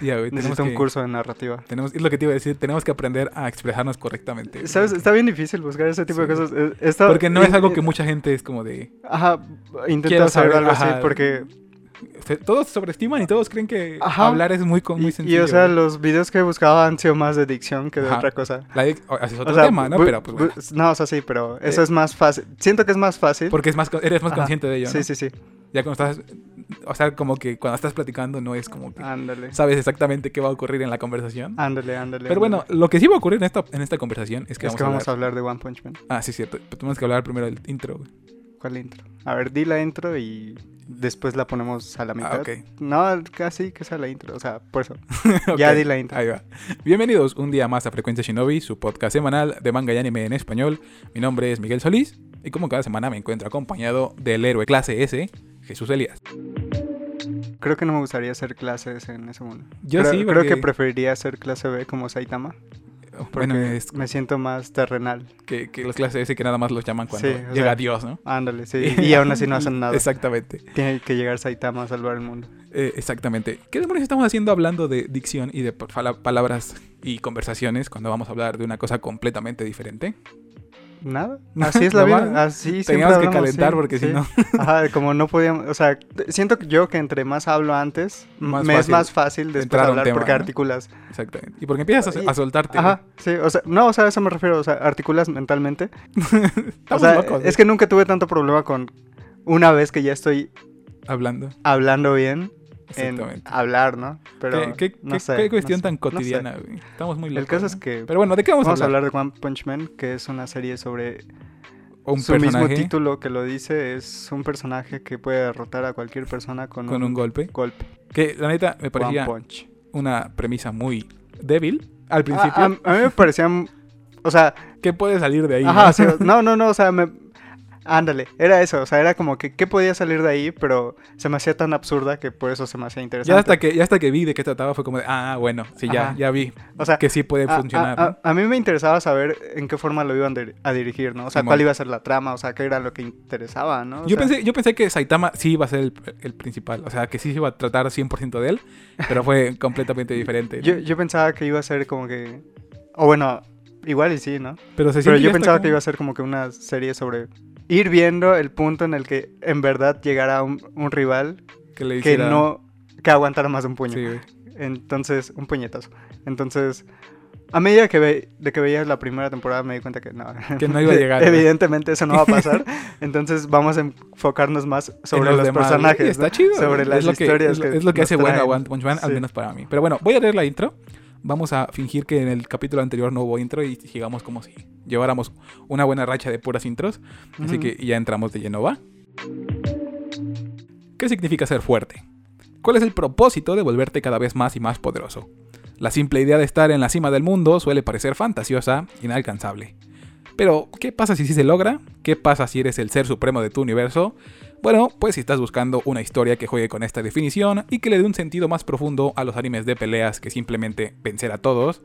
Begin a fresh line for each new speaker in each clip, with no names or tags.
Ya, güey, tenemos
Necesito un
que-
curso de narrativa.
Tenemos, es lo que te iba a decir, tenemos que aprender a expresarnos correctamente. güey,
¿Sabes? Está bien difícil buscar ese tipo de
Sí.
cosas. Eh, está-
Porque no es algo que
eh,
mucha gente es como de...
Ajá,
Quiero
intenta
saber,
saber algo
ajá.
así porque...
se- Todos sobreestiman y todos creen que
Ajá.
hablar es muy, co- muy
Y, y,
sencillo.
o sea,
güey.
los videos que he buscado han sido más de dicción que de
Ajá.
otra cosa.
La dic- o- ese es otro
o sea,
tema, ¿no?
bu-
Pero pues
bu-
bueno,
No, o sea, sí, pero eso
Eh.
es más fácil. Siento que es más fácil.
porque es más, con- eres más
Ajá.
consciente de ello,
Sí,
¿no?
sí, sí.
Ya cuando estás... O sea, como que cuando estás platicando no es como que
Ándale.
sabes exactamente qué va a ocurrir en la conversación.
Ándale, ándale.
Pero bueno,
ándale.
lo que sí va a ocurrir en esta, en esta conversación es que
es
vamos
que
a
vamos
hablar...
a hablar de One Punch Man.
Ah, sí, cierto. Pero tenemos que hablar primero del intro, güey. Ah,
¿Cuál intro? A ver, di la intro y después la ponemos a la mitad.
Ah, ok.
No, casi que sea la intro. O sea, por eso. Ya
Ok,
di la intro.
Ahí va. Bienvenidos un día más a Frecuencia Shinobi, su podcast semanal de manga y anime en español. Mi nombre es Miguel Solís y como cada semana me encuentro acompañado del héroe clase S, Jesús Elías.
Creo que no me gustaría hacer clases en ese mundo.
Yo
creo,
sí,
creo que
porque-
preferiría hacer clase B como Saitama. Porque
Oh, Bueno, es
me siento más terrenal.
que, que los clase S que nada más los llaman cuando
Sí, o
llega
sea,
Dios, ¿no?
Ándale, sí. Y aún así no hacen nada.
Exactamente,
Tiene que llegar Saitama a salvar el mundo.
eh, exactamente. ¿Qué demonios estamos haciendo hablando de dicción y de pa- fala- palabras y conversaciones cuando vamos a hablar de una cosa completamente diferente?
Nada. Así es la
Nomás
vida. Así siempre
Teníamos que
hablamos,
calentar
sí,
porque si
sí.
no...
Ajá, como no podíamos, o sea, t- siento que yo que entre más hablo antes, m-
Más
me es
fácil
más fácil después
entrar a un
hablar
tema,
porque
¿no?
articulas.
Exactamente. Y porque empiezas a, a soltarte.
Ajá,
güey.
sí, o sea, no, o sea, a eso me refiero, o sea, articulas mentalmente.
Estamos
o sea,
locos. ¿eh?
es
güey,
que nunca tuve tanto problema con una vez que ya estoy
Hablando.
hablando bien en
Exactamente.
hablar, ¿no? Pero
¿Qué, qué-
no
qué-
sé,
qué
no
cuestión
sé,
tan
no sé.
cotidiana, güey? Estamos muy locos.
El caso es
¿no?
que
Pero bueno, ¿de qué vamos,
vamos
a hablar?
de One Punch Man, que es una serie sobre
O Un
su
personaje
mismo título que lo dice, es un personaje que puede derrotar a cualquier persona con,
con un golpe.
golpe.
Que la neta me
One
parecía
Punch.
una premisa muy débil al
A-
principio.
A, a mí me parecían. O sea,
¿Qué puede salir de ahí?
ajá,
no?
sí, no, no, no, o sea, me. Ándale, era eso, o sea, era como que qué podía salir de ahí, pero se me hacía tan absurda que por eso se me hacía interesante.
ya, hasta que, ya hasta que vi de qué trataba fue como de, ah, bueno, sí, ya,
Ajá.
ya vi
o sea, ah,
que sí puede
a- a-
funcionar.
A,
¿no?
a mí me interesaba saber en qué forma lo iban dir- a dirigir, ¿no? O sea,
Simón.
cuál iba a ser la trama, o sea, qué era lo que interesaba, ¿no? O
Yo
sea,
pensé, yo pensé que Saitama sí iba a ser el, el principal, o sea, que sí se iba a tratar 100% de él, pero fue completamente diferente. ¿no?
Yo, yo pensaba que iba a ser como que. O bueno, igual y sí, ¿no?
pero se
Pero
siente ya
yo
hasta
pensaba que
como-
iba a ser como que una serie sobre ir viendo el punto en el que en verdad llegara un, un rival
que, le
que
hiciera-
no que aguantara más de un puño.
Sí, güey.
Entonces, un puñetazo. Entonces, a medida que ve- de que veías la primera temporada me di cuenta que no,
Que no iba a llegar, ¿no?
Evidentemente eso no va a pasar. Entonces, vamos a enfocarnos más
en
sobre los,
demás,
personajes.
güey, Está chido.
Sobre
güey.
las
es lo que,
historias
Es lo,
que
es lo que
nos
hace bueno a
traen.
One Punch Man, al
Sí.
menos para mí. Pero bueno, voy a leer la intro. Vamos a fingir que en el capítulo anterior no hubo intro y llegamos como si lleváramos una buena racha de puras intros.
¿no?
Así
Ujú.
que ya entramos de lleno, ¿va? ¿Qué significa ser fuerte? ¿Cuál es el propósito de volverte cada vez más y más poderoso? La simple idea de estar en la cima del mundo suele parecer fantasiosa, inalcanzable. Pero, ¿qué pasa si sí se logra? ¿Qué pasa si eres el ser supremo de tu universo? Bueno, pues si estás buscando una historia que juegue con esta definición y que le dé un sentido más profundo a los animes de peleas que simplemente vencer a todos,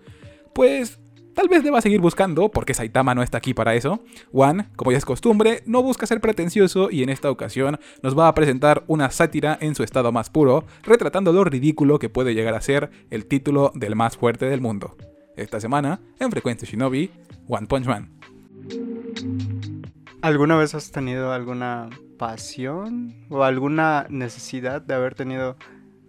pues tal vez debas seguir buscando porque Saitama no está aquí para eso. One, como ya es costumbre, no busca ser pretencioso y en esta ocasión nos va a presentar una sátira en su estado más puro, retratando lo ridículo que puede llegar a ser el título del más fuerte del mundo. Esta semana, en Frecuencia Shinobi, One Punch Man.
¿Alguna vez has tenido alguna pasión o alguna necesidad de haber tenido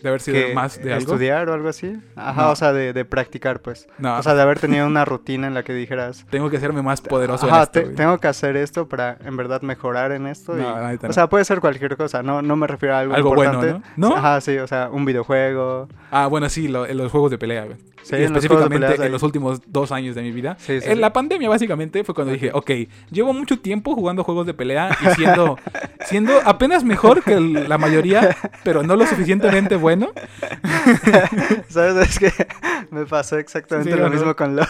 De haber sido
que
más de algo.
estudiar o algo así? Ajá,
No. Ah.
o sea, de, de practicar, pues.
No,
O sea, de haber tenido una rutina en la que dijeras,
tengo que hacerme más poderoso en
Ajá,
esto,
te-
güey.
tengo que hacer esto para en verdad mejorar en esto. y-
No, la neta
o
no.
sea, puede ser cualquier cosa, no, no me refiero a algo,
Algo bueno,
importante.
¿no? ¿No?
Ajá, sí, o sea, un videojuego.
Ah, bueno, sí, lo- en los juegos de pelea, güey.
Sí,
Y
en los juegos de
específicamente
peleas
en
hay-
los últimos dos años de mi vida.
Sí, sí,
en
sí.
la pandemia, básicamente, fue cuando dije, ok, llevo mucho tiempo jugando juegos de pelea y siendo, siendo apenas mejor que el- la mayoría, pero no lo suficientemente bueno.
¿Sabes? Es que Me pasó exactamente
Sí,
lo
¿no?
mismo con lo.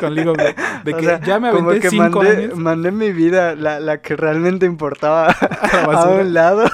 con League of Legends. De
O
que
sea,
ya me
como
aventé
que
5
mandé,
años
mandé mi vida, la, la que realmente importaba,
a la
a
basura.
un lado.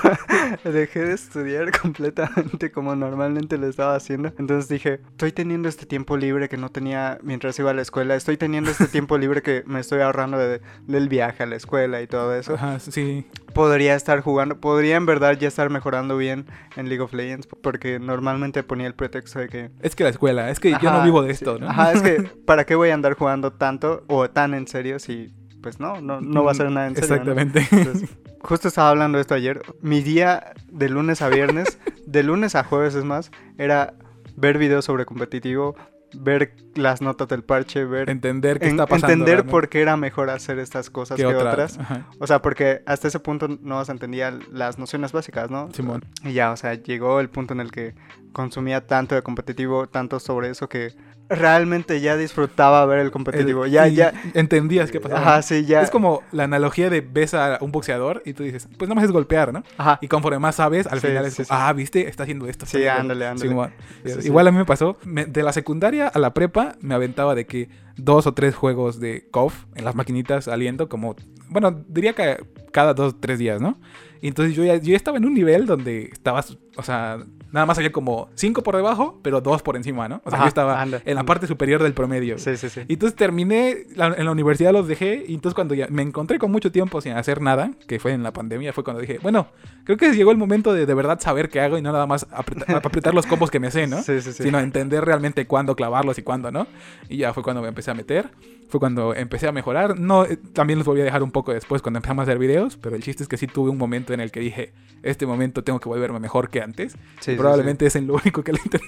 Dejé de estudiar completamente como normalmente lo estaba haciendo. Entonces dije, estoy teniendo este tiempo libre que no tenía mientras iba a la escuela. Estoy teniendo este tiempo libre que me estoy ahorrando de- del viaje a la escuela y todo eso.
Ajá, sí.
Podría estar jugando, podría en verdad ya estar mejorando bien en League of Legends. Porque normalmente ponía el pretexto de que
Es que la escuela, es que yo no
Ajá,
vivo de
sí.
esto, ¿no?
Ajá, es que ¿para qué voy a andar jugando tanto o tan en serio si pues no, no, no va a ser nada en serio? ¿no?
Exactamente.
Entonces, justo estaba hablando de esto ayer. Mi día de lunes a viernes, de lunes a jueves es más, era ver videos sobre competitivo, ver las notas del parche, ver
Entender qué
en-
está pasando.
entender
realmente.
por qué era mejor hacer estas cosas
¿Qué
que
otra?
otras.
Ajá,
O sea, porque hasta ese punto no se entendían las nociones básicas, ¿no?
Simón.
Y ya, o sea, llegó el punto en el que consumía tanto de competitivo, tanto sobre eso que realmente ya disfrutaba ver el competitivo.
El-
Pues ya,
Eh, y
ya.
Entendías qué pasaba.
Ajá, sí, ya.
Es como la analogía de ves a un boxeador y tú dices, pues nada más es golpear, ¿no?
Ajá.
Y conforme más sabes, al
Sí,
final es
sí,
como,
sí.
ah, viste, está haciendo esto. está
Sí,
haciendo
ándale,
esto".
ándale.
Simón.
Sí, sí.
Igual a mí me pasó, me- de la secundaria a la prepa me aventaba de que dos o tres juegos de KOF en las maquinitas aliento, como, bueno, diría que cada dos o tres días, ¿no? Y entonces yo ya, yo ya estaba en un nivel donde estabas, o sea, nada más había como cinco por debajo, pero dos por encima, ¿no? O sea,
Ajá,
yo estaba
ándale,
en la
ándale.
parte superior del promedio.
Sí, sí, sí.
Y entonces terminé, la- en la universidad los dejé, y entonces cuando ya me encontré con mucho tiempo sin hacer nada, que fue en la pandemia, fue cuando dije, bueno, creo que llegó el momento de de verdad saber qué hago y no nada más apreta- apretar los combos que me sé, ¿no?
Sí, sí, sí.
Sino entender realmente cuándo clavarlos y cuándo no. Y ya fue cuando me empecé a meter, fue cuando empecé a mejorar. No, eh, también los volví a dejar un poco después cuando empezamos a hacer videos, pero el chiste es que sí tuve un momento en el que dije, este momento tengo que volverme mejor que antes.
Sí, sí,
Probablemente es en lo único que le entendí.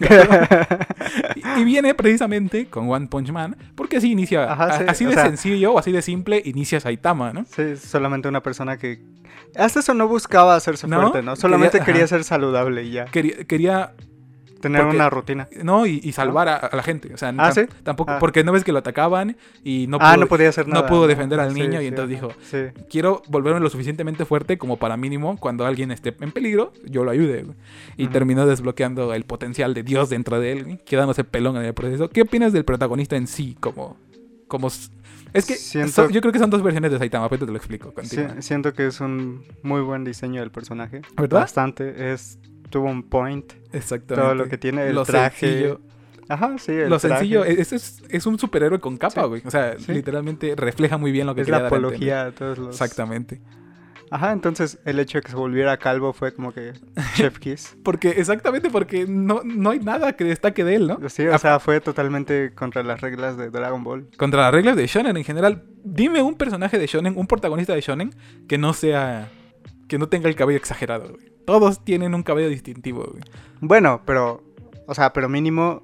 y, y viene precisamente con One Punch Man, porque así inicia,
Ajá,
a-
sí,
así
o
de
sea-
sencillo o así de simple, inicia Saitama, ¿no?
Sí, solamente una persona que. Hasta eso no buscaba hacerse
No,
fuerte, ¿no? Solamente
quería-
quería,
ajá.
ser saludable y ya.
Quería, quería
Tener
porque-
una rutina.
no, y, y salvar a, a la gente. O sea,
Ah, ¿sí?
tampoco,
Ah.
porque no ves que lo atacaban y no
ah,
pudo-
no podía hacer
no
nada.
pudo defender al
Sí,
niño y
sí,
entonces
ajá.
dijo,
Sí.
quiero volverme lo suficientemente fuerte como para mínimo cuando alguien esté en peligro, yo lo ayude. güey. Y
Ujú.
terminó desbloqueando el potencial de Dios dentro de él, güey, quedándose pelón en el proceso. ¿Qué opinas del protagonista en sí? Como. como s- es que
Siento-
son- yo creo que son dos versiones de Saitama, pero te lo explico.
Sí,
continúa.
siento que es un muy buen diseño del personaje.
¿Verdad?
Bastante. Es, tuvo un point.
Exactamente.
Todo lo que tiene el
Lo
traje.
sencillo.
Ajá, sí, el
lo
traje.
sencillo. Es, es, es un superhéroe con capa,
Sí.
güey. O sea,
Sí.
literalmente refleja muy bien lo que
Es
quería
la
dar a entender.
apología de todos los.
Exactamente.
Ajá, entonces el hecho de que se volviera calvo fue como que chef kiss.
Porque, exactamente, porque no, no hay nada que destaque de él, ¿no?
Sí, o sea, fue totalmente contra las reglas de Dragon Ball.
contra las reglas de shonen en general. Dime un personaje de shonen, un protagonista de shonen que no sea que no tenga el cabello exagerado. güey. Todos tienen un cabello distintivo. güey.
Bueno, pero. O sea, pero mínimo.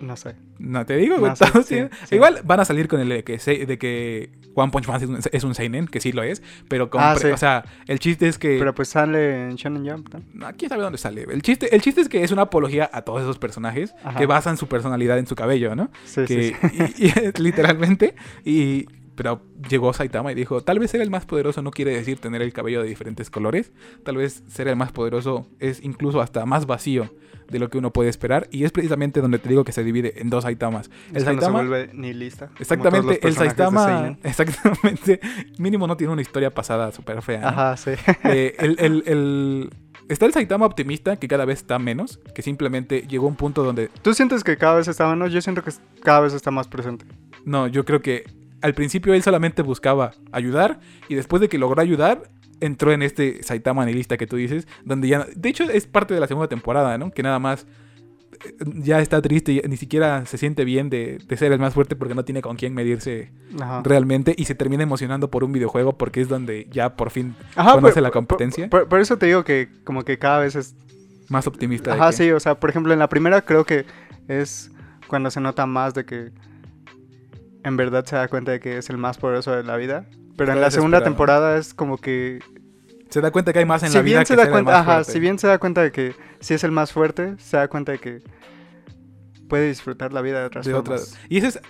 No sé.
No te digo, güey,
No, sí,
todos
sí,
tienen-
sí.
Igual van a salir con el de que, se- de que One Punch Man es un, es un seinen, que sí lo es, pero con
Ah,
pre-
sí.
o sea, el chiste es que
Pero pues sale en Shonen Jump, ¿no?
No, quién sabe dónde sale. El chiste, el chiste es que es una apología a todos esos personajes
Ajá.
que basan su personalidad en su cabello, ¿no?
Sí, sí,
que,
sí.
y- y- literalmente. Y, pero llegó Saitama y dijo, tal vez ser el más poderoso no quiere decir tener el cabello de diferentes colores. Tal vez ser el más poderoso es incluso hasta más vacío de lo que uno puede esperar. Y es precisamente donde te digo que se divide en dos Saitamas. El
Es cuando se
Saitama...
vuelve nihilista. como todos
Exactamente,
los
el
personajes de
Saitama,
Seinen.
exactamente, mínimo no tiene una historia pasada súper fea. ¿no?
Ajá, sí.
Eh, el, el- el- está el Saitama optimista, que cada vez está menos, que simplemente llegó a un punto donde...
¿Tú sientes que cada vez está menos? Yo siento que cada vez está más presente.
No, yo creo que al principio él solamente buscaba ayudar y después de que logró ayudar, entró en este Saitama nihilista que tú dices, donde ya... De hecho, es parte de la segunda temporada, ¿no? Que nada más eh, ya está triste, ya ni siquiera se siente bien de, de ser el más fuerte porque no tiene con quién medirse
Ajá.
realmente y se termina emocionando por un videojuego porque es donde ya por fin
Ajá,
conoce
por-
la
por-
competencia.
Por, por eso te digo que como que cada vez es...
más optimista. de
Ajá,
que-
sí, o sea, por ejemplo, en la primera creo que es cuando se nota más de que en verdad se da cuenta de que es el más poderoso de la vida. Pero en
Está
la segunda
desesperado.
temporada es como que...
Se da cuenta que hay más en
si
la vida
bien se
que
da
ser el
cuenta,
más
ajá,
fuerte.
si bien se da cuenta de que si es el más fuerte, se da cuenta de que puede disfrutar la vida de otras
de
formas.
otras- Y eso es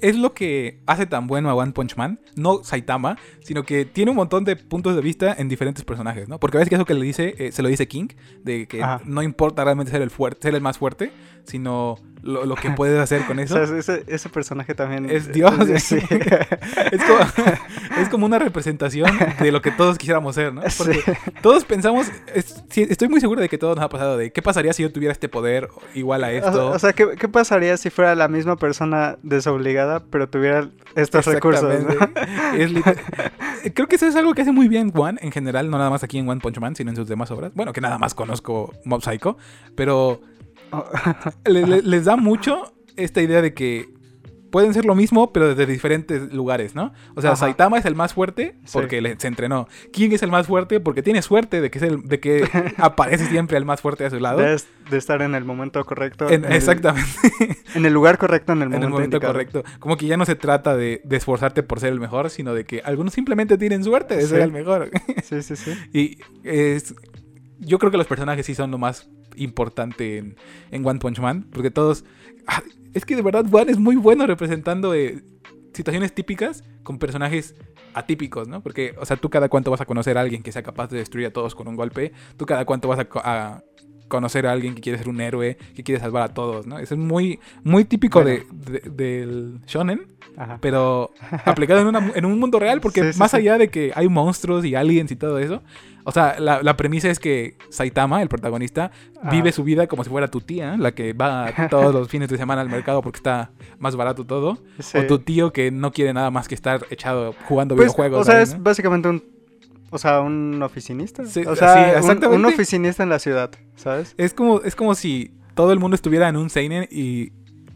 es lo que hace tan bueno a One Punch Man, no Saitama, sino que tiene un montón de puntos de vista en diferentes personajes, ¿no? Porque ves que eso que le dice, eh, se lo dice King, de que
Ajá.
no importa realmente ser el fuerte, ser el más fuerte, sino lo, lo que puedes hacer con
O
eso.
sea, ese, ese personaje también.
Es Dios,
eh,
sí. Es como, es como una representación de lo que todos quisiéramos ser, ¿no? Porque
Sí.
todos pensamos, es- sí, estoy muy seguro de que todos nos ha pasado de qué pasaría si yo tuviera este poder igual a
O sea-
esto.
O sea, ¿qué, qué pasaría si fuera la misma persona desobligada, pero tuviera estos recursos? ¿no?
Exactamente. Es lit- Creo que eso es algo que hace muy bien Juan en general, no nada más aquí en One Punch Man, sino en sus demás obras. Bueno, que nada más conozco Mob Psycho, pero
Oh,
le- le- les da mucho esta idea de que pueden ser lo mismo, pero desde diferentes lugares, ¿no? O sea,
Ajá.
Saitama es el más fuerte
Sí.
porque le- se entrenó. King es el más fuerte porque tiene suerte de que, es el, de que aparece siempre el más fuerte a su lado.
Debes de estar en el momento correcto.
En-
en el-
exactamente,
En el lugar correcto, en el
en
momento,
el momento
indicado.
correcto. Como que ya no se trata de, de esforzarte por ser el mejor, sino de que algunos simplemente tienen suerte de ser
Sí.
el mejor.
Sí, sí, sí.
Y es, yo creo que los personajes sí son lo más importante en, en One Punch Man, porque todos... ah, Es que de verdad One es muy bueno representando eh, situaciones típicas con personajes atípicos, ¿no? Porque, o sea, tú cada cuánto vas a conocer a alguien que sea capaz de destruir a todos con un golpe, tú cada cuánto vas a, co- a conocer a alguien que quiere ser un héroe, que quiere salvar a todos, ¿no? Eso es muy, muy típico de- de- del shonen
Ajá.
pero aplicado en, una- en un mundo real, porque
Sí, sí,
más
sí.
allá de que hay monstruos y aliens y todo eso, o sea, la, la premisa es que Saitama, el protagonista,
Ajá.
vive su vida como si fuera tu tía, la que va todos los fines de semana al mercado porque está más barato todo,
Sí.
o tu tío que no quiere nada más que estar echado jugando
Pues,
videojuegos.
O sea,
ahí,
es
¿no?
básicamente un. O sea, un oficinista.
Sí,
o sea,
sí,
un- un,
exactamente.
oficinista en la ciudad, ¿sabes?
Es como, es como si todo el mundo estuviera en un seinen y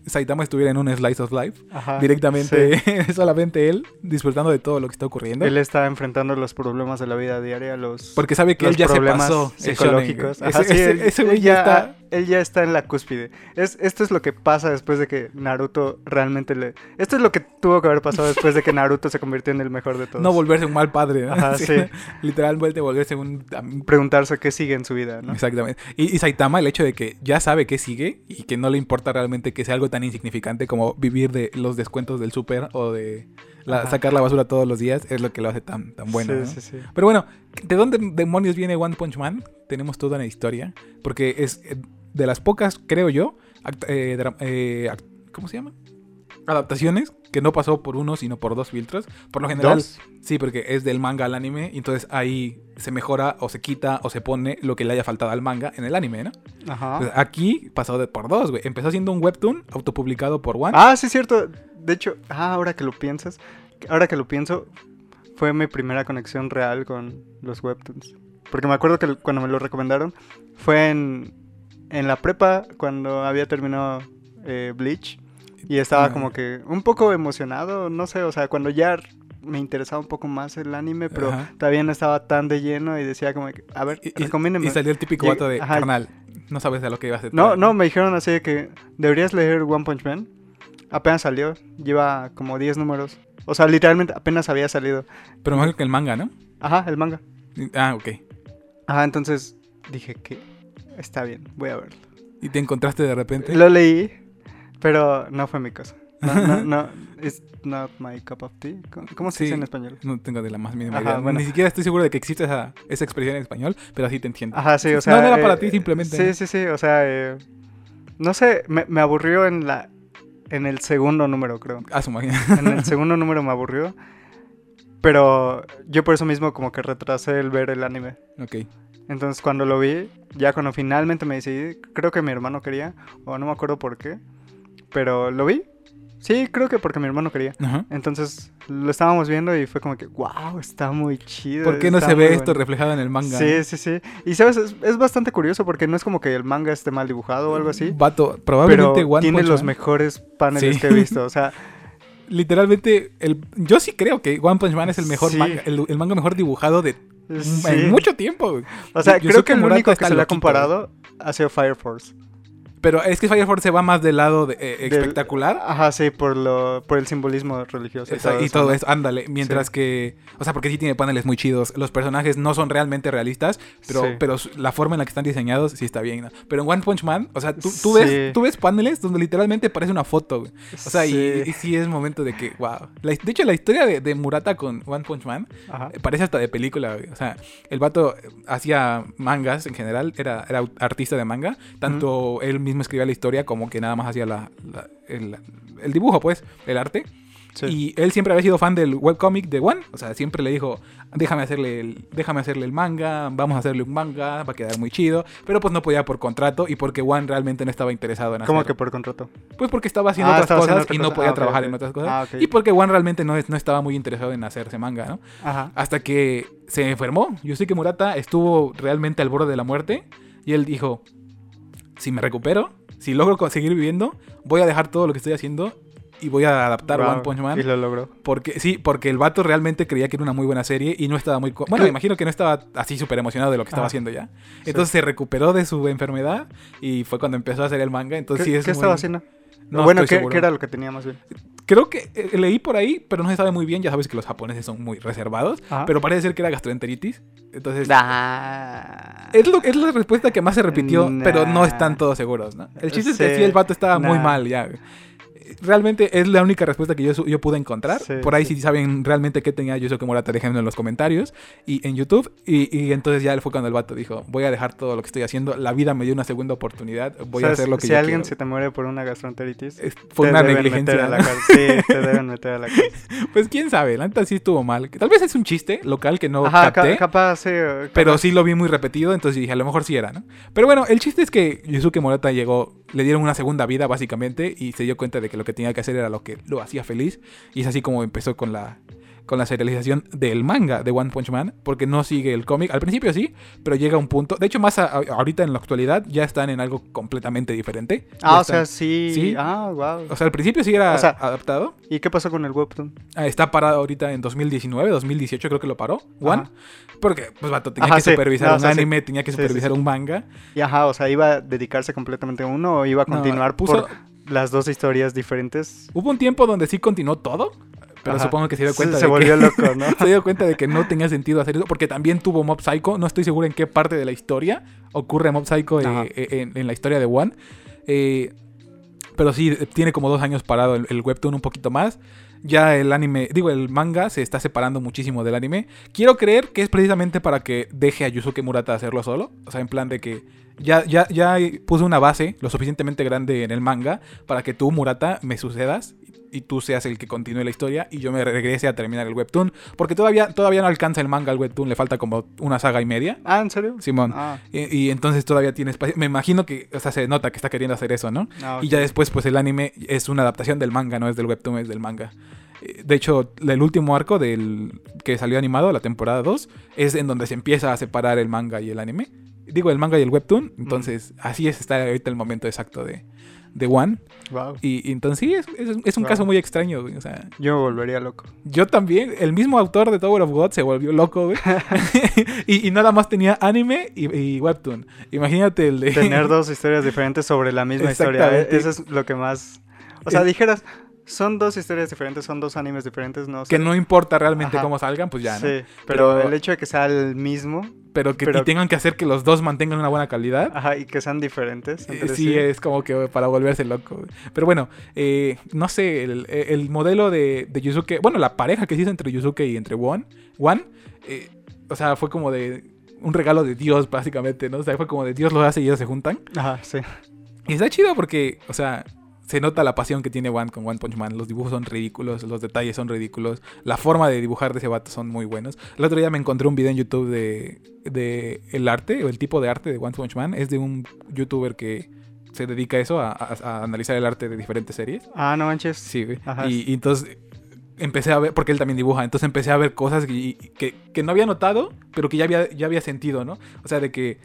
Saitama estuviera en un slice of life.
Ajá, Ah, sí.
Directamente, solamente él, disfrutando de todo lo que está ocurriendo.
Él está enfrentando los problemas de la vida diaria, los,
Porque sabe que él
los
ya se
problemas
pasó el
psicológicos.
shonen,
Ajá,
güey. Ese,
sí,
ese-
él,
ese güey
él
ya
ya,
está.
él ya está en la cúspide. Es, esto es lo que pasa después de que Naruto realmente le... Esto es lo que tuvo que haber pasado después de que Naruto se convirtió en el mejor de todos.
No volverse un mal padre, ¿no?
Ajá,
Sí.
sí.
Literalmente volverse un. am-
Preguntarse qué sigue en su vida, ¿no?
Exactamente. Y, y Saitama, el hecho de que ya sabe qué sigue y que no le importa realmente que sea algo tan insignificante como vivir de los descuentos del súper o de la-
Ajá.
sacar la basura todos los días, es lo que lo hace tan, tan bueno.
Sí,
¿no?
sí, sí.
Pero bueno, ¿de dónde demonios viene One Punch Man? Tenemos toda una historia. Porque es eh, de las pocas, creo yo, act- eh, dra- eh, act- ¿cómo se llama? Adaptaciones que no pasó por uno, sino por dos filtros. Por lo general,
Dos.
sí, porque es del manga al anime. y Entonces ahí se mejora o se quita o se pone lo que le haya faltado al manga en el anime, ¿no?
Ajá.
Pues aquí pasó de por dos, güey. Empezó siendo un webtoon autopublicado por One.
Ah, sí, es cierto. De hecho, ah, ahora que lo piensas, ahora que lo pienso, fue mi primera conexión real con los webtoons. Porque me acuerdo que l- cuando me lo recomendaron, fue en, en la prepa, cuando había terminado eh, Bleach. Y estaba
Ah.
como que un poco emocionado, no sé, o sea, cuando ya r- me interesaba un poco más el anime, pero
Ajá.
todavía no estaba tan de lleno y decía como que, a ver,
Y, y-
recomiéndeme.
y salió el típico
Llega-
vato de
ajá.
carnal. No sabes a lo que ibas a
No, no, me dijeron así de que deberías leer One Punch Man. Apenas salió, lleva como 10 números. O sea, literalmente apenas había salido.
Pero mejor que el manga, ¿no?
Ajá, el manga.
Ah, ok.
Ajá, entonces dije que está bien, voy a verlo.
Y te encontraste de repente.
Lo leí, pero no fue mi cosa. No, no, no, it's not my cup of tea. ¿Cómo- ¿Cómo se
Sí.
dice en español?
No tengo de la más mínima
Ajá,
idea.
bueno.
Ni siquiera estoy seguro de que existe esa, esa expresión en español, pero así te entiendo.
Ajá, sí,
No,
o sea. eh,
no era para ti, simplemente, ¿no?
Sí, sí, sí, o sea, eh, no sé, me, me aburrió en la, en el segundo número, creo.
A su máquina.
En el segundo número me aburrió. Pero yo por eso mismo como que retrasé el ver el anime.
ok.
Entonces cuando lo vi, ya cuando finalmente me decidí, creo que mi hermano quería, o no me acuerdo por qué, pero lo vi. Sí, creo que porque mi hermano quería.
Ajá.
Entonces lo estábamos viendo y fue como que, wow, está muy chido.
¿Por qué no
está
se ve
muy
esto eh?
bueno".
reflejado en el manga?
Sí, sí, sí. Y sabes, es, es bastante curioso porque no es como que el manga esté mal dibujado o algo así.
Vato,
Pero
probablemente One
tiene
Punch
los
Man-
mejores paneles
Sí.
que he visto. O sea,
Literalmente, el, yo sí creo que One Punch Man es el mejor
Sí.
manga, el, el manga mejor dibujado de
sí.
en mucho tiempo.
O sea,
Yusuke
creo que el
Murata
único que
está
se le ha
loquito,
comparado ha sido Fire Force.
Pero es que Fire Force se va más del lado de, eh,
Del-
espectacular.
Ajá, sí, por, lo, por el simbolismo religioso.
Esa- y todo
eso.
eso, ándale. Mientras que, o sea, porque sí tiene paneles muy chidos. Los personajes no son realmente realistas, pero,
Sí.
pero su- la forma en la que están diseñados sí está bien. ¿no? Pero en One Punch Man, o sea, tú, tú ves,
Sí.
tú ves paneles donde literalmente parece una foto. güey. O sea, y-
Sí.
y, sí es momento de que, wow. La his- de hecho, la historia de, de Murata con One Punch Man
Ajá.
eh, parece hasta de película. güey. O sea, el vato eh, hacía mangas en general, era, era au- artista de manga. Tanto él mismo escribía la historia como que nada más hacía la- la- el- el dibujo, pues, el arte.
Sí.
Y él siempre había sido fan del webcomic de One. O sea, siempre le dijo, déjame hacerle, el, déjame hacerle el manga, vamos a hacerle un manga, va a quedar muy chido. Pero pues no podía por contrato y porque One realmente no estaba interesado en
¿Cómo que
hacer-
por contrato?
Pues porque estaba haciendo
Ah,
otras
estaba
cosas
haciendo otra
y no
cosa.
podía
Ah, ok,
trabajar
ok.
en otras cosas.
Ah, ok.
Y porque One realmente no, es- no estaba muy interesado en hacerse manga, ¿no?
Ajá.
Hasta que se enfermó. Yo sé que Murata estuvo realmente al borde de la muerte. Y él dijo, si me recupero, si logro conseguir viviendo, voy a dejar todo lo que estoy haciendo y voy a adaptar
Wow,
One Punch Man.
Y lo logró.
Porque, sí, porque el vato realmente creía que era una muy buena serie y no estaba muy... co- Bueno, me imagino que no estaba así súper emocionado de lo que estaba
Ajá.
haciendo ya. Entonces se recuperó de su enfermedad y fue cuando empezó a hacer el manga.
¿Qué,
Entonces sí es
qué
muy-
estaba haciendo?
No
bueno,
estoy
¿qué,
seguro.
qué era lo que tenía más bien?
Creo que eh, leí por ahí, pero no se sabe muy bien. Ya sabes que los japoneses son muy reservados.
Ajá.
Pero parece ser que era gastroenteritis. Entonces...
Ah.
Es, lo- es la respuesta que más se repitió,
Nah.
pero no están todos seguros, ¿no? El chiste es que
Sí,
sí, el vato estaba muy
nah.
mal ya. Realmente es la única respuesta que yo, su- yo pude encontrar.
Sí,
Por ahí
sí.
si saben realmente qué tenía Yusuke Murata, déjenlo en los comentarios y en YouTube. Y, y entonces ya fue cuando el vato dijo, voy a dejar todo lo que estoy haciendo, la vida me dio una segunda oportunidad, voy a
¿Sabes?
hacer lo que
Si
yo
alguien se
quiero".
te muere por una gastroenteritis,
Es- Fue
te
una
deben
negligencia.
meter a la
¿no?
cárcel. Sí, te deben meter a la cárcel.
Pues quién sabe, la neta sí estuvo mal. Tal vez es un chiste local que no
Ajá, ca-
capté.
capaz, sí. eh,
Pero sí lo vi muy repetido, entonces dije, a lo mejor sí era, ¿no? Pero bueno, el chiste es que Yusuke Morata llegó, le dieron una segunda vida básicamente y se dio cuenta de que lo que tenía que hacer era lo que lo hacía feliz y es así como empezó con la con la serialización del manga de One Punch Man, porque no sigue el cómic, al principio sí, pero llega a un punto, de hecho más a- a- ahorita en la actualidad ya están en algo completamente diferente.
Ah,
Ya
o sea,
están-
sí.
Sí.
Ah, wow.
o sea, al principio sí era
o sea-
adaptado.
¿Y qué pasó con el webtoon?
Ah, Está parado ahorita en 2019, 2018 creo que lo paró, One.
Ajá.
Porque, pues, vato, tenía
Ajá,
que
sí.
supervisar
No, o
un
sea, sí.
anime, tenía que
Sí, sí,
supervisar un manga.
Y ajá, o sea, ¿iba a dedicarse completamente a uno o iba a
No,
continuar
puso-
por las dos historias diferentes?
Hubo un tiempo donde sí continuó todo, pero
Ajá.
supongo que se dio cuenta
Se,
de
volvió
que...
loco, ¿no?
Se dio cuenta de que no tenía sentido hacer eso, porque también tuvo Mob Psycho. No estoy seguro en qué parte de la historia ocurre Mob Psycho eh,
Ajá.
eh, en, en la historia de One. Eh, pero sí, eh, tiene como dos años parado el, el webtoon un poquito más. Ya el anime, digo, el manga se está separando muchísimo del anime. Quiero creer que es precisamente para que deje a Yusuke Murata hacerlo solo. O sea, en plan de que ya, ya, ya puse una base lo suficientemente grande en el manga para que tú, Murata, me sucedas y tú seas el que continúe la historia y yo me regrese a terminar el webtoon. Porque todavía, todavía no alcanza el manga al webtoon, le falta como una saga y media.
Ah, ¿en serio?
Simón.
Ah,
Y, y entonces todavía tiene espacio. Me imagino que, o sea, se nota que está queriendo hacer eso, ¿no?
ah,
Y ya después, pues el anime es una adaptación del manga, no es del webtoon, es del manga. Eh, De hecho, el último arco del que salió animado, la temporada 2, es en donde se empieza a separar el manga y el anime. Digo, el manga y el webtoon. Entonces, así es, está ahorita el momento exacto de, de One.
Wow.
Y, y entonces, sí, es, es- es un
Wow.
caso muy extraño. güey, O sea,
Yo me volvería loco.
yo también, el mismo autor de Tower of God se volvió loco, güey. y, y nada más tenía anime y, y webtoon. Imagínate el de.
Tener dos historias diferentes sobre la misma historia.
Exactamente. Eh,
eh, Eso es lo que más. O sea,
Es-
dijeras, son dos historias diferentes, son dos animes diferentes, no sé.
Que no importa realmente
Ajá.
cómo salgan, pues ya, ¿no?
Sí, pero,
Pero-
el hecho de que sea el mismo,
pero que
Pero-
y tengan que hacer que los dos mantengan una buena calidad.
ajá, y que sean diferentes.
eh,
entre
Sí, es como que para volverse loco. Pero bueno, eh, no sé, el, el modelo de, de Yusuke, bueno, la pareja que se hizo entre Yusuke y entre Wan, Wan eh, o sea, fue como de un regalo de Dios, básicamente, ¿no? O sea, fue como de Dios lo hace y ellos se juntan.
Ajá, sí.
Y está chido porque, o sea, se nota la pasión que tiene One con One Punch Man. Los dibujos son ridículos, los detalles son ridículos, la forma de dibujar de ese vato son muy buenos. El otro día me encontré un video en YouTube de, de el arte, o el tipo de arte de One Punch Man. Es de un youtuber que se dedica a eso, a, a- a analizar el arte de diferentes series.
Ah, no manches.
Sí, güey.
Ajá.
Y, y entonces empecé a ver, porque él también dibuja, entonces empecé a ver cosas que, que- que no había notado, pero que ya había, ya había sentido, ¿no? O sea, de que...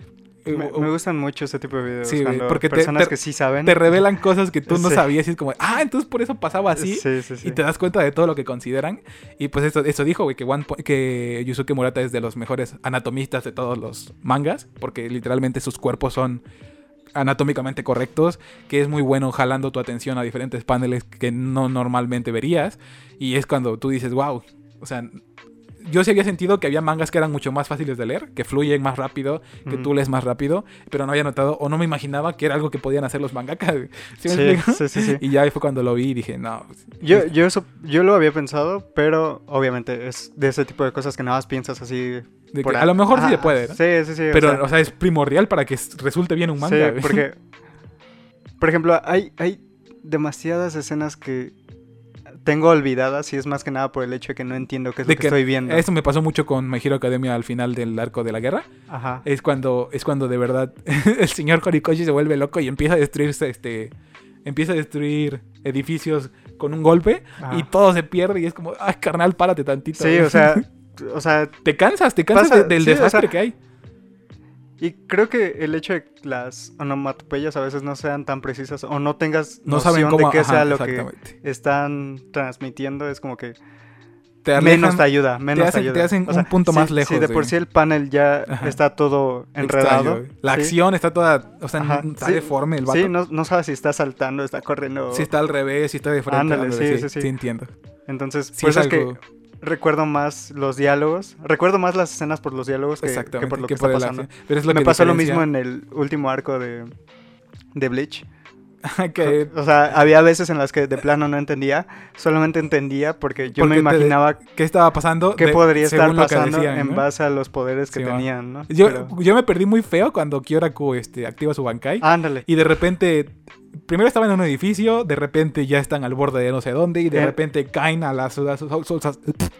eh,
Me, me gustan mucho ese tipo de videos.
Uh, Sí, güey,
cuando
porque te-
personas
te-
que sí saben.
te revelan cosas que tú no
Sí.
sabías y es como, ah, entonces por eso pasaba así.
Sí, sí, sí.
Y te das cuenta de todo lo que consideran. Y pues eso, eso dijo, güey, que, One Po- que Yusuke Murata es de los mejores anatomistas de todos los mangas. Porque literalmente sus cuerpos son anatómicamente correctos, que es muy bueno jalando tu atención a diferentes paneles que no normalmente verías. Y es cuando tú dices, wow, o sea, yo sí había sentido que había mangas que eran mucho más fáciles de leer, que fluyen más rápido, que
Mm.
tú lees más rápido, pero no había notado o no me imaginaba que era algo que podían hacer los mangakas. ¿Sí me
Sí,
explico?
sí, sí, sí.
Y ya ahí fue cuando lo vi y dije, no. pues,
Yo, yo, eso, yo lo había pensado, pero obviamente es de ese tipo de cosas que nada más piensas así.
de que
por
a lo mejor sí
Ajá,
se puede, ¿no?
Sí, sí, sí. o
Pero,
sea,
o sea, es primordial para que s- resulte bien un manga.
Sí,
güey.
porque. Por ejemplo, hay, hay demasiadas escenas que tengo olvidadas y es más que nada por el hecho de que no entiendo qué es
De
lo que,
que
estoy viendo.
Eso me pasó mucho con My Hero Academia al final del arco de la guerra.
Ajá.
Es cuando, es cuando de verdad el señor Horikoshi se vuelve loco y empieza a destruirse este. Empieza a destruir edificios con un golpe
Ajá.
y todo se pierde y es como, ay, carnal, párate tantito.
Ah. Sí, o sea, o sea,
Te cansas, te cansas
Pasa-
de- del
sí, o
desastre
sea-
que hay.
y creo que el hecho de que las onomatopeyas a veces no sean tan precisas o no tengas
No
noción
saben cómo
de qué
ajá,
sea lo que
exactamente.
están transmitiendo, es como que
Te
menos
alejan-
te ayuda, menos te,
hacen- te
ayuda.
hacen un punto más
si-
lejos
Si de
de-
por sí el panel ya
Ajá.
está todo
extraño,
enredado.
güey. La
sí.
acción está toda, o sea,
Ajá,
está
sí,
deforme el vato.
Sí, no, no sabes si está saltando, está corriendo.
Si está al revés, si está de frente.
Ándale,
ándale,
sí,
sí,
sí, sí.
sí entiendo.
Entonces,
Sí
por eso
es
es que
algo-
recuerdo más los diálogos. Recuerdo más las escenas por los diálogos que, que
Exactamente.
por lo que,
que
está
por el
pasando.
acción. Pero es lo
Me
que
pasó lo
diferencia-
mismo en el último arco de, de Bleach.
que
O sea, había veces en las que de plano no entendía, solamente entendía porque yo me
Porque te de-
imaginaba
qué estaba pasando.
qué
de-
podría estar
según lo que
pasando
decían,
en
¿no?
base a los poderes que
Sí, va.
tenían, ¿no?
Yo,
Pero- Ah.
yo me perdí muy feo cuando Kyoraku este, activa su Bankai.
Ándale.
Y de repente. Primero estaban en un edificio, de repente ya están al borde de no sé dónde, y de
Eh.
repente caen a la Soul, Soul- Soul-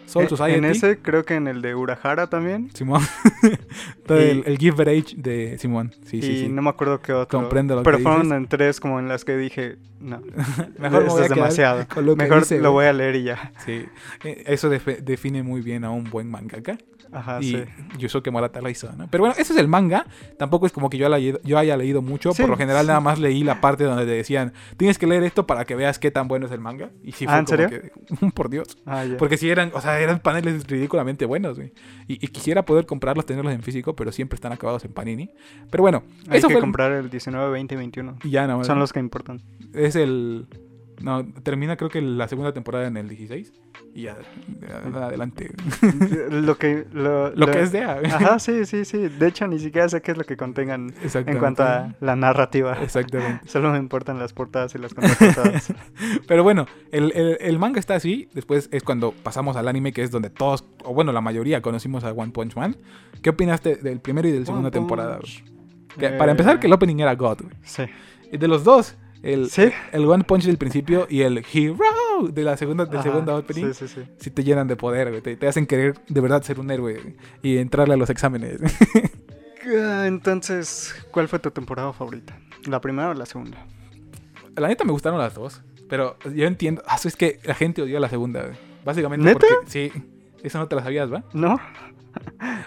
Soul
Eh,
Society.
En ese, creo que en el de Urahara también.
Simón. Todo
Y-
el, el Giverage de Simón. Sí, sí,
y
sí.
no me acuerdo qué otro.
Comprendo lo que
pero fueron
dices.
en tres como en las que dije, no,
Mejor me voy a
esto es
quedar
demasiado.
con lo que
Mejor
dice,
lo
güey.
voy a leer y ya.
Sí. Eh, Eso defe- define muy bien a un buen mangaka.
Ajá,
y
Ah, sí.
Yusuke Murata lo hizo, ¿no? Pero bueno, ese es el manga. Tampoco es como que yo, la- yo haya leído mucho.
Sí,
Por lo general,
sí.
nada más leí la parte donde te decían, tienes que leer esto para que veas qué tan bueno es el manga. Y sí, fue
Ah, ¿en
como
serio?
que, "Uh, por Dios.
Ah, ya.
Porque sí eran, o sea, eran paneles ridículamente buenos, güey. Y, y quisiera poder comprarlos, tenerlos en físico, pero siempre están acabados en Panini. Pero bueno,
Hay
eso
que
fue. el-
comprar el 19, 20 y 21.
y ya, no,
Son los que importan.
es el. No, termina creo que la segunda temporada en el 16. Y ya, ya, adelante.
lo que... Lo,
Lo
lo-
que es de. ah, güey.
Ajá, sí, sí, sí. De hecho, ni siquiera sé qué es lo que contengan en
Exactamente.
cuanto a la narrativa.
Exactamente.
Solo me importan las portadas y las contraportadas.
Pero bueno, el, el- el manga está así. Después es cuando pasamos al anime, que es donde todos, o bueno, la mayoría conocimos a One Punch Man. ¿Qué opinaste del primero y del segunda temporada? güey? Que, Para
Eh,
empezar, que el opening era God. güey.
Sí.
Y de los dos, el,
Sí.
el One Punch del principio y el Hero de la segunda, del
Ajá,
segundo opening,
Sí, sí, sí.
sí te llenan de poder, güey. Te, te hacen querer de verdad ser un héroe güey, y entrarle a los exámenes.
Ah, Entonces, ¿cuál fue tu temporada favorita? ¿La primera o la segunda?
la neta me gustaron las dos, pero yo entiendo. Ah, es que la gente odió la segunda, güey. Básicamente
¿Neta?
porque. Sí. Eso no te la sabías, ¿va?
No,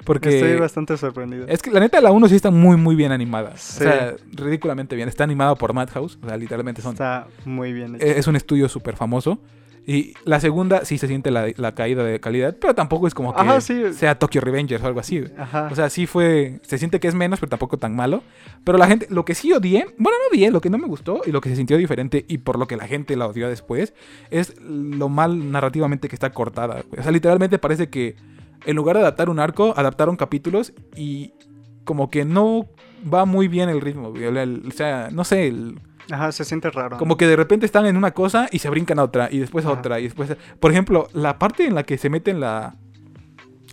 Porque.
estoy bastante sorprendido.
Es que la neta, la 1 sí está muy, muy bien animada.
Sí.
O sea, ridículamente bien. Está animada por Madhouse. O sea, literalmente son. e,
Está muy bien hecho.
Es es un estudio súper famoso. Y la segunda sí se siente la, la caída de calidad, pero tampoco es como que
Ajá, sí.
sea Tokyo Revengers o algo así. güey.
Ajá.
O sea, sí fue. Se siente que es menos, pero tampoco tan malo. Pero la gente. Lo que sí odié. Bueno, no odié. Lo que no me gustó y lo que se sintió diferente y por lo que la gente la odió después. Es lo mal narrativamente que está cortada. güey. O sea, literalmente parece que. En lugar de adaptar un arco, adaptaron capítulos y. Como que no va muy bien el ritmo. güey. El- el- o sea, no sé. el-
Ajá, se siente raro.
como que de repente están en una cosa y se brincan a otra. Y después a
Ajá.
otra. Y después. a- Por ejemplo, la parte en la que se mete en la.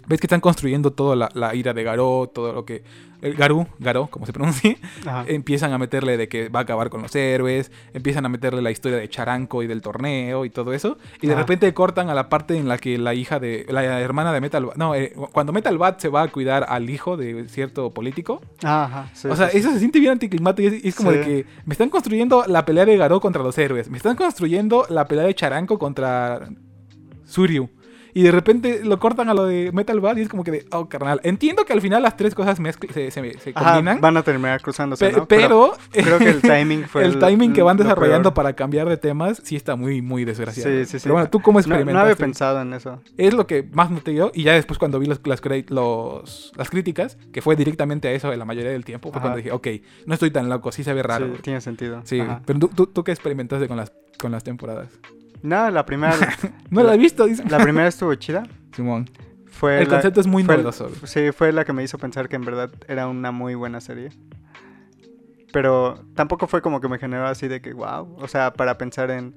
¿Ves que están construyendo toda la, la ira de Garó, todo lo que... el Garú, Garó, como se pronuncie.
Ajá.
Empiezan a meterle de que va a acabar con los héroes. Empiezan a meterle la historia de Charanco y del torneo y todo eso. Y de
Ajá.
repente cortan a la parte en la que la hija de... La hermana de Metal... Bat- No, eh, cuando Metal Bat se va a cuidar al hijo de cierto político.
Ah, Ajá, sí,
o sea,
sí, sí.
eso se siente bien anticlimático. Y es, y es como
Sí.
de que me están construyendo la pelea de Garó contra los héroes. Me están construyendo la pelea de Charanco contra Suryu. Y de repente lo cortan a lo de Metal Bat y es como que de, oh, carnal. Entiendo que al final las tres cosas mezcl- se, se- se
Ajá,
combinan.
van a terminar cruzándose,
pe-
¿no?
pero,
creo que el timing fue
el timing que van
lo
desarrollando
peor.
para cambiar de temas sí está muy, muy desgraciado.
Sí, sí, sí.
Pero bueno, ¿tú cómo
No- No, había
experimentaste?
pensado en eso.
es lo que más noté yo. Y ya después cuando vi los, las, cre- los- las críticas, que fue directamente a eso la mayoría del tiempo, fue
Ajá.
cuando dije, ok, no estoy tan loco, sí se ve raro.
Sí, tiene sentido.
Sí,
Ajá.
pero tú, tú, tú qué experimentaste con las, con las temporadas.
No, la primera,
No la he visto, dice
la primera estuvo chida.
Simón.
Fue
El
la-
concepto es muy
fue-
novedoso. güey.
Sí, fue la que me hizo pensar que en verdad era una muy buena serie. Pero tampoco fue como que me generó así de que, wow, o sea, para pensar en,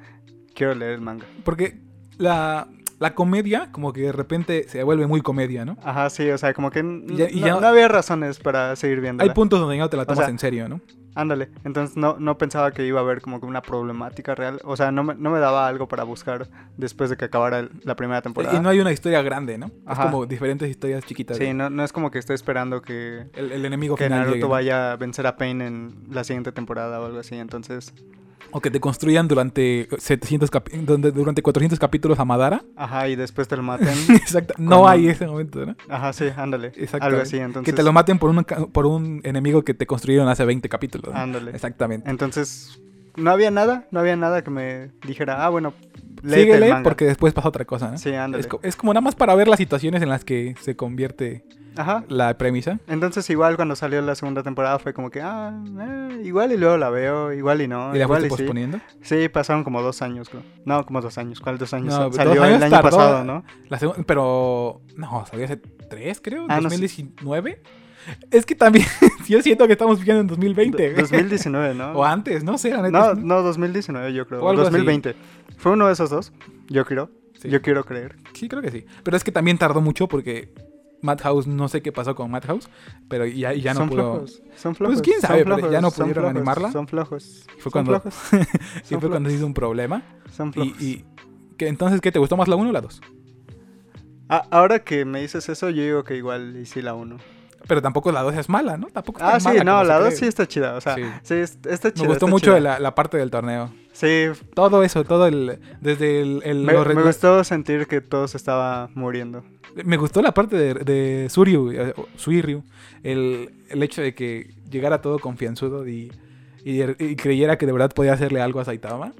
quiero leer el manga.
Porque la, la comedia, como que de repente se vuelve muy comedia, ¿no?
Ajá, sí, o sea, como que n-
Y ya- y
no,
ya-
no había razones para seguir viendo.
Hay puntos donde ya no te la tomas
sea,
en serio, ¿no?
Ándale, entonces no, no pensaba que iba a haber como que una problemática real, o sea, no me, no me daba algo para buscar después de que acabara el- la primera temporada.
Y no hay una historia grande, ¿no?
Ajá.
Es como diferentes historias chiquitas.
sí,
de-
no, no es como que esté esperando que,
el, el enemigo
que
final
Naruto
llegue, ¿no?
vaya a vencer a Pain en la siguiente temporada o algo así, entonces,
O que te construyan durante 700 capi- donde- durante 400 capítulos a Madara.
ajá, y después te lo maten.
Exacto. No
Con-
hay ese momento, ¿no?
Ajá, sí, ándale.
Exacto.
Algo así, entonces.
Que te lo maten por un, ca- por un enemigo que te construyeron hace 20 capítulos. ¿no?
Ándale.
Exactamente.
Entonces, no había nada, no había nada que me dijera, ah, bueno, léete el
Síguele
manga".
porque después pasa otra cosa, ¿no?
Sí, ándale.
Es, co- es como nada más para ver las situaciones en las que se convierte
Ajá.
la premisa.
Entonces, igual cuando salió la segunda temporada fue como que, ah, eh, igual y luego la veo, igual y no.
y la
Ah, igual
fuiste
y sí.
posponiendo.
Sí, pasaron como dos años, creo. No, como dos años. ¿Cuál dos años?
No, dos
salió
años
el año
tardó.
pasado, ¿no?
La segunda, pero. No, salió hace tres, creo.
Ah, no sé.
2019. Es que también yo siento que estamos viviendo en 2020.
Do-
güey.
2019, ¿no?
O antes, no sé, la neta. es-
no, no, 2019 yo creo.
O algo así.
2020. Fue uno de esos dos, yo creo.
Sí.
Yo quiero creer.
Sí, creo que sí. Pero es que también tardó mucho porque Madhouse, no sé qué pasó con Madhouse, pero ya, ya no
son
pudo. Pues,
flojos. Son flojos.
quién
son
sabe, pero
flojos,
ya no
son
pudieron
flojos,
animarla.
Son flojos.
fue
son
cuando-
flojos.
Y
Son
fue cuando
flojos.
se hizo un problema.
Son
Y,
flojos.
y- que entonces, ¿qué te gustó más la 1 o la 2?
A- Ah, ahora que me dices eso, yo digo que igual hice la 1.
Pero tampoco la 2 es mala, ¿no? Tampoco es tan
Ah, sí,
mala
no,
como se
la
cree.
2 sí está chida. O sea,
Sí.
sí, es- está chida.
Me gustó
está
mucho
chida.
la, la parte del torneo.
Sí,
Todo eso, todo el. Desde el. el-
me,
los re-
me gustó sentir que todo se estaba muriendo.
me gustó la parte de, de Suryu, eh, o Suiryu. El, el hecho de que llegara todo confianzudo y, y, y creyera que de verdad podía hacerle algo a Saitama.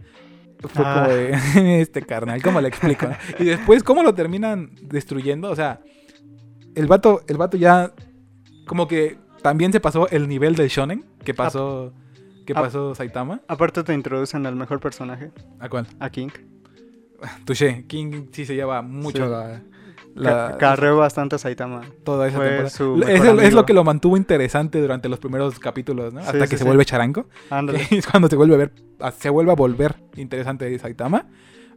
Fue
Ah.
como de, este carnal, ¿cómo le explico? no? Y después, ¿cómo lo terminan destruyendo? O sea, el vato, el vato ya. Como que también se pasó el nivel del shonen que pasó. Que
Ah.
pasó Saitama.
Aparte te introducen al mejor personaje,
¿A cuál?
a King.
Touché. King sí se lleva mucho
Sí.
la-
La...
la,
Carreó bastante a Saitama.
toda esa
Fue
temporada.
su
Lo-
mejor
Es, el- es
amigo.
lo que lo mantuvo interesante durante los primeros capítulos, ¿no?
Sí,
Hasta que se
sí, sí.
vuelve charanco.
Ándale.
Es cuando se vuelve a ver, a- se vuelve a volver interesante Saitama.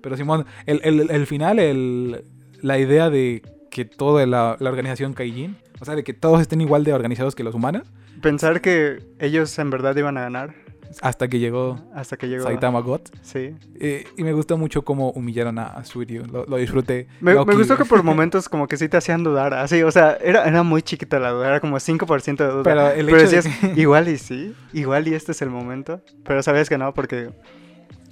Pero Simón, el, el- el final, el, la idea de que toda la, la organización Kaijin, o sea, de que todos estén igual de organizados que los humanos,
Pensar que ellos en verdad iban a ganar
hasta que llegó
hasta que llegó.
Saitama God.
Sí.
Eh, y me gustó mucho cómo humillaron a, a Suiryu. Lo, lo disfruté.
Me, me
Loki-
gustó que por momentos como que sí te hacían dudar, así, o sea, era, era muy chiquita la duda, era como 5% de duda.
Pero el
Pero
hecho de
decías, igual y sí, igual y este es el momento, pero sabías que no, porque,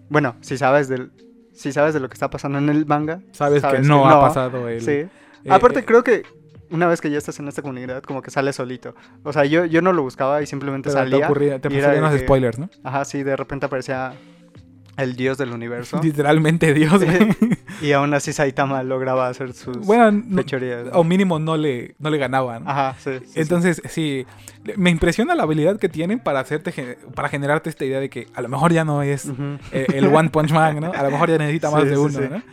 bueno, si sabes del... Si sabes de lo que está pasando en el manga,
Sabes, que no ha pasado el...
Sí.
eh,
Aparte,
eh,
creo que una vez que ya estás en esta comunidad, como que sales solito. O sea, yo, yo no lo buscaba y simplemente
pero te
salía.
ocurría- te
y era
pasarían
de
los
que-
spoilers, ¿no?
Ajá, sí, de repente aparecía el dios del universo.
Literalmente Dios. güey.
y aún así Saitama lograba hacer sus
bueno, no-
fechorías. pues, ¿no?
o mínimo no le, no le ganaban.
Ajá, sí. sí, sí.
Entonces, sí, le- me impresiona la habilidad que tienen para hacerte gen- para generarte esta idea de que a lo mejor ya no es
Ujú.
eh, el One Punch Man, ¿no? A lo mejor ya necesita más
Mm. Sí,
de
sí,
uno,
sí.
¿no?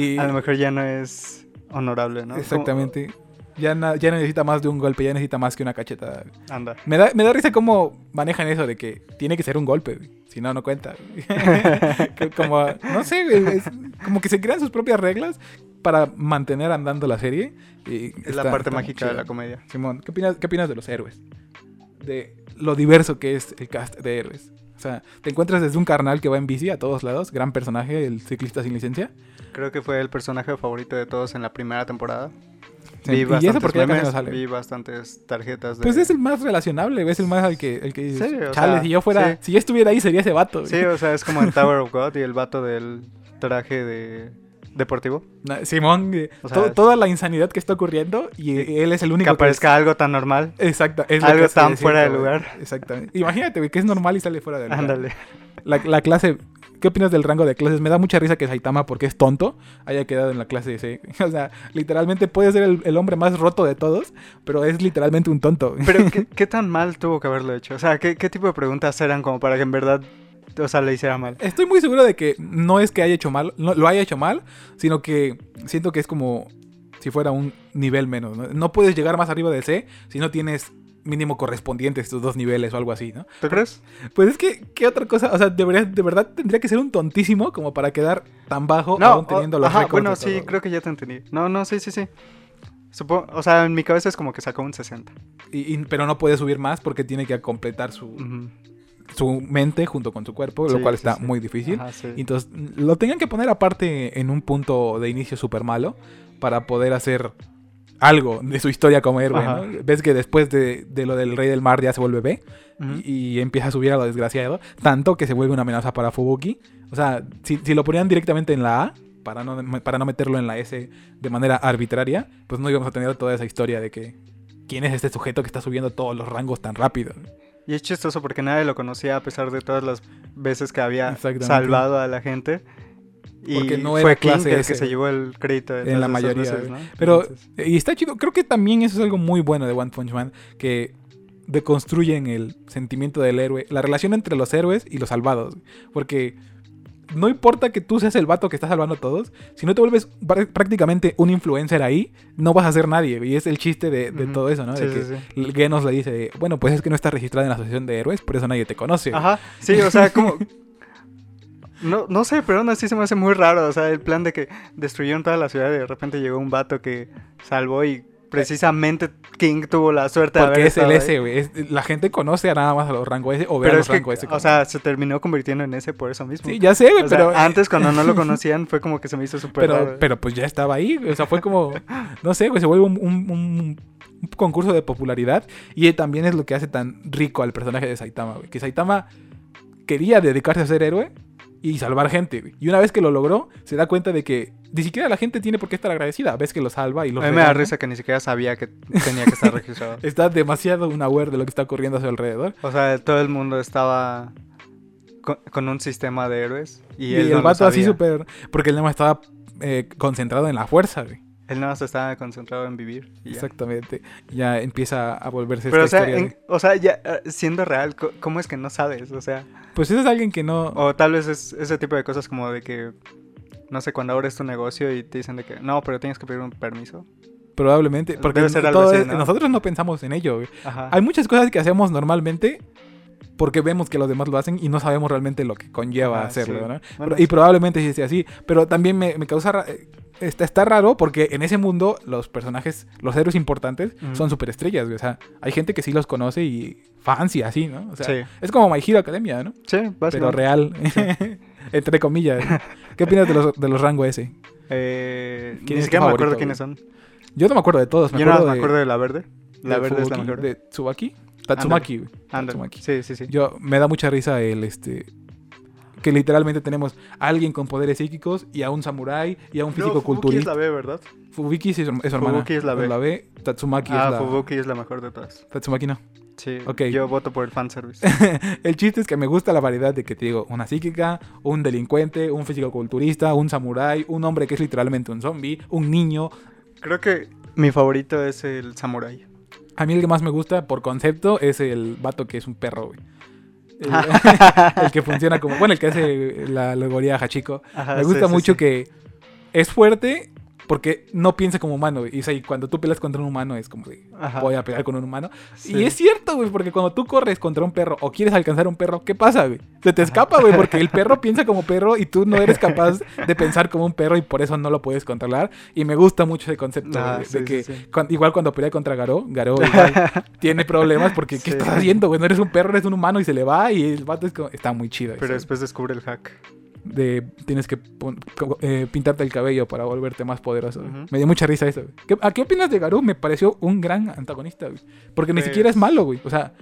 Y
A lo mejor ya no es honorable, ¿no? Como-
exactamente. Ya, na- ya necesita más de un golpe, ya necesita más que una cachetada.
Anda.
Me da, me da risa cómo manejan eso de que tiene que ser un golpe, güey. si no, no cuenta. güey. Que como, no sé, güey, es como que se crean sus propias reglas para mantener andando la serie. Y
Es
está-
la parte
está muy
mágica de
chido.
la comedia.
Simón, ¿qué opinas, ¿qué opinas de los héroes? De lo diverso que es el cast de héroes. O sea, te encuentras desde un carnal que va en bici a todos lados, gran personaje, el ciclista sin licencia.
Creo que fue el personaje favorito de todos en la primera temporada.
Sí,
Vi
y eso
bastantes
porque ya casi
memes,
no sale.
vi bastantes tarjetas de...
Pues es el más relacionable, es el más al que, el que dices,
Sí, o
"Chale,
sea,
si yo fuera,
sí.
si yo estuviera ahí sería ese vato. güey".
Sí, o sea, es como en Tower of God y el vato del traje de deportivo.
Na- Simón, eh,
O sea,
to-
es-
toda la insanidad que está ocurriendo y eh, él es el único
Que
que
aparezca algo tan normal.
Exacto. es lo
Algo
que estoy
tan
diciendo,
fuera de
güey.
lugar.
Exactamente. Imagínate, güey, que es normal y sale fuera de lugar.
Ándale.
La, la clase... ¿Qué opinas del rango de clases? Me da mucha risa que Saitama, porque es tonto, haya quedado en la clase C. O sea, literalmente puede ser el, el hombre más roto de todos, pero es literalmente un tonto.
Pero ¿qué, qué tan mal tuvo que haberlo hecho? O sea, ¿qué, qué tipo de preguntas eran como para que en verdad, o sea, le hiciera mal?
Estoy muy seguro de que no es que haya hecho mal, no, lo haya hecho mal, sino que siento que es como si fuera un nivel menos. ¿no? No puedes llegar más arriba de C si no tienes mínimo correspondientes tus dos niveles o algo así, ¿no?
¿Tú crees?
Pues es que, ¿qué otra cosa? O sea, debería- de verdad tendría que ser un tontísimo como para quedar tan bajo aún teniendo
o-
los
ajá,
récords
bueno,
de
sí,
todo.
creo que ya te entendí. No, no, sí, sí, sí. Supo- o sea, en mi cabeza es como que sacó un 60.
Y- y- pero no puede subir más porque tiene que completar su,
Ujú.
su mente junto con su cuerpo, lo
Sí,
cual
sí,
está
sí.
muy difícil.
Ajá, sí.
Y Entonces, lo tenían que poner aparte en un punto de inicio súper malo para poder hacer algo de su historia como héroe,
Ajá.
¿no? Ves que después de, de lo del Rey del Mar ya se vuelve B
Ujú.
y, y empieza a subir a lo desgraciado, tanto que se vuelve una amenaza para Fubuki. O sea, si, si lo ponían directamente en la A, para no, para no meterlo en la S de manera arbitraria, pues no íbamos a tener toda esa historia de que quién es este sujeto que está subiendo todos los rangos tan rápido.
Y es chistoso porque nadie lo conocía a pesar de todas las veces que había
Exactamente.
salvado a la gente. Y
Porque no
fue
era
King
clase
el que
S.
se llevó el crédito de
En
todas
la
esas
mayoría,
veces,
güey.
¿no?
Pero, eh,
Entonces,
y está chido, creo que también eso es algo muy bueno de One Punch Man, que deconstruyen el sentimiento del héroe, la relación entre los héroes y los salvados. Porque no importa que tú seas el vato que está salvando a todos, si no te vuelves prá- prácticamente un influencer ahí, no vas a ser nadie. Y es el chiste de, de
Ujú.
todo eso, ¿no?
sí,
de
sí,
que
sí.
el Genos le dice, bueno, pues es que no estás registrada en la Asociación de Héroes, por eso nadie te conoce.
Ajá, sí, o sea, como... No, no sé, pero aún así se me hace muy raro, o sea, el plan de que destruyeron toda la ciudad y de repente llegó un vato que salvó y precisamente King tuvo la suerte de
Porque
haber
es el
estado ahí.
S, güey. Es- La gente conoce a nada más a los rangos S o ve a
Pero
los
es que,
rangos S.
o
como-
sea, se terminó convirtiendo en ese por eso mismo.
sí, ya sé, güey,
O sea,
pero... eh,
antes cuando no lo conocían fue como que se me hizo súper
pero,
raro.
pero pues ya estaba ahí. güey. O sea, fue como, no sé, güey, se vuelve un, un- un- un concurso de popularidad. Y eh, también es lo que hace tan rico al personaje de Saitama, güey. Que Saitama quería dedicarse a ser héroe y salvar gente. güey. Y una vez que lo logró, se da cuenta de que ni siquiera la gente tiene por qué estar agradecida. Ves que lo salva y lo
A mí me da
regala.
risa que ni siquiera sabía que tenía que estar registrado.
Está demasiado unaware de lo que está ocurriendo a su alrededor.
O sea, todo el mundo estaba con, con un sistema de héroes y
Y,
él
el
no lo
vato así
sabía.
súper... Porque él nada más estaba eh, concentrado en la fuerza, güey.
Él nada más estaba concentrado en vivir. y ya.
Exactamente. Ya empieza a volverse
Pero, o
esta
sea,
historia
en- o sea, ya eh, siendo real, co- ¿cómo es que no sabes? O sea,
de- Pues ese es alguien que no...
o tal vez es ese tipo de cosas como de que, no sé, cuando abres tu negocio y te dicen de que, no, pero tienes que pedir un permiso.
Probablemente, porque
Debe ser algo
todo
así,
es-
¿no?
nosotros no pensamos en ello. güey.
Ajá.
Hay muchas cosas que hacemos normalmente porque vemos que los demás lo hacen y no sabemos realmente lo que conlleva
Ajá,
hacerlo,
Ah, sí.
¿no?
Bueno,
y probablemente sí sea así, pero también me, me causa... ra- eh, Está, está raro porque en ese mundo los personajes, los héroes importantes
Ujú.
son superestrellas, güey. O sea, hay gente que sí los conoce y fans y así, ¿no? O sea,
Sí.
es como My Hero Academia, ¿no?
Sí,
Pero
básicamente.
real, entre comillas. ¿Qué opinas de los, de los rango S?
Eh,
¿Quién es
ni
tu
siquiera me acuerdo
favorito,
quiénes son.
Yo no me acuerdo de todos, me
Yo nada
acuerdo
más me
de-
acuerdo de la verde. La
de
verde es la
Fubuki,
mejor.
De Tsubaki. Tatsumaki, güey.
Ándale.
Tatsumaki.
Sí, sí, sí.
Yo, me da mucha risa el este. Que literalmente tenemos a alguien con poderes psíquicos y a un samurái y a un físico
Fubuki es
culturista.
la B, ¿verdad?
Fubuki sí es, es su hermana.
Fubuki es la B.
Tatsumaki
ah,
es la
Fubuki es la mejor de todas.
Tatsumaki no.
Sí,
Ok.
yo voto por el fanservice.
El chiste es que me gusta la variedad de que te digo, una psíquica, un delincuente, un físico culturista, un samurái, un hombre que es literalmente un zombie, un niño.
Creo que mi favorito es el samurai.
A mí el que más me gusta por concepto es el vato que es un perro, güey. El, el que funciona como, bueno, el que hace la alegoría a Hachiko.
Ah,
Me gusta mucho que es fuerte porque no piensa como humano. güey. Y o sea, y cuando tú peleas contra un humano es como de, voy a pelear con un humano. Y es cierto, güey, porque cuando tú corres contra un perro o quieres alcanzar a un perro, ¿qué pasa, güey? Se te escapa, güey, porque el perro piensa como perro y tú no eres capaz de pensar como un perro y por eso no lo puedes controlar. Y me gusta mucho ese concepto
Ah,
güey,
sí,
de
sí,
que
sí.
cuan- igual cuando pelea contra Garó, Garó igual tiene problemas porque ¿qué
Sí.
estás haciendo, güey? No eres un perro, eres un humano y se le va y el vato es como- está muy chido.
Pero
eso,
después descubre el hack.
de tienes que pon- co- eh, pintarte el cabello para volverte más poderoso. güey.
Ujú.
Me dio mucha risa eso. güey. ¿Qué- ¿A qué opinas de Garú? Me pareció un gran antagonista, güey. Porque ni
Pues-
siquiera es malo, güey. O sea,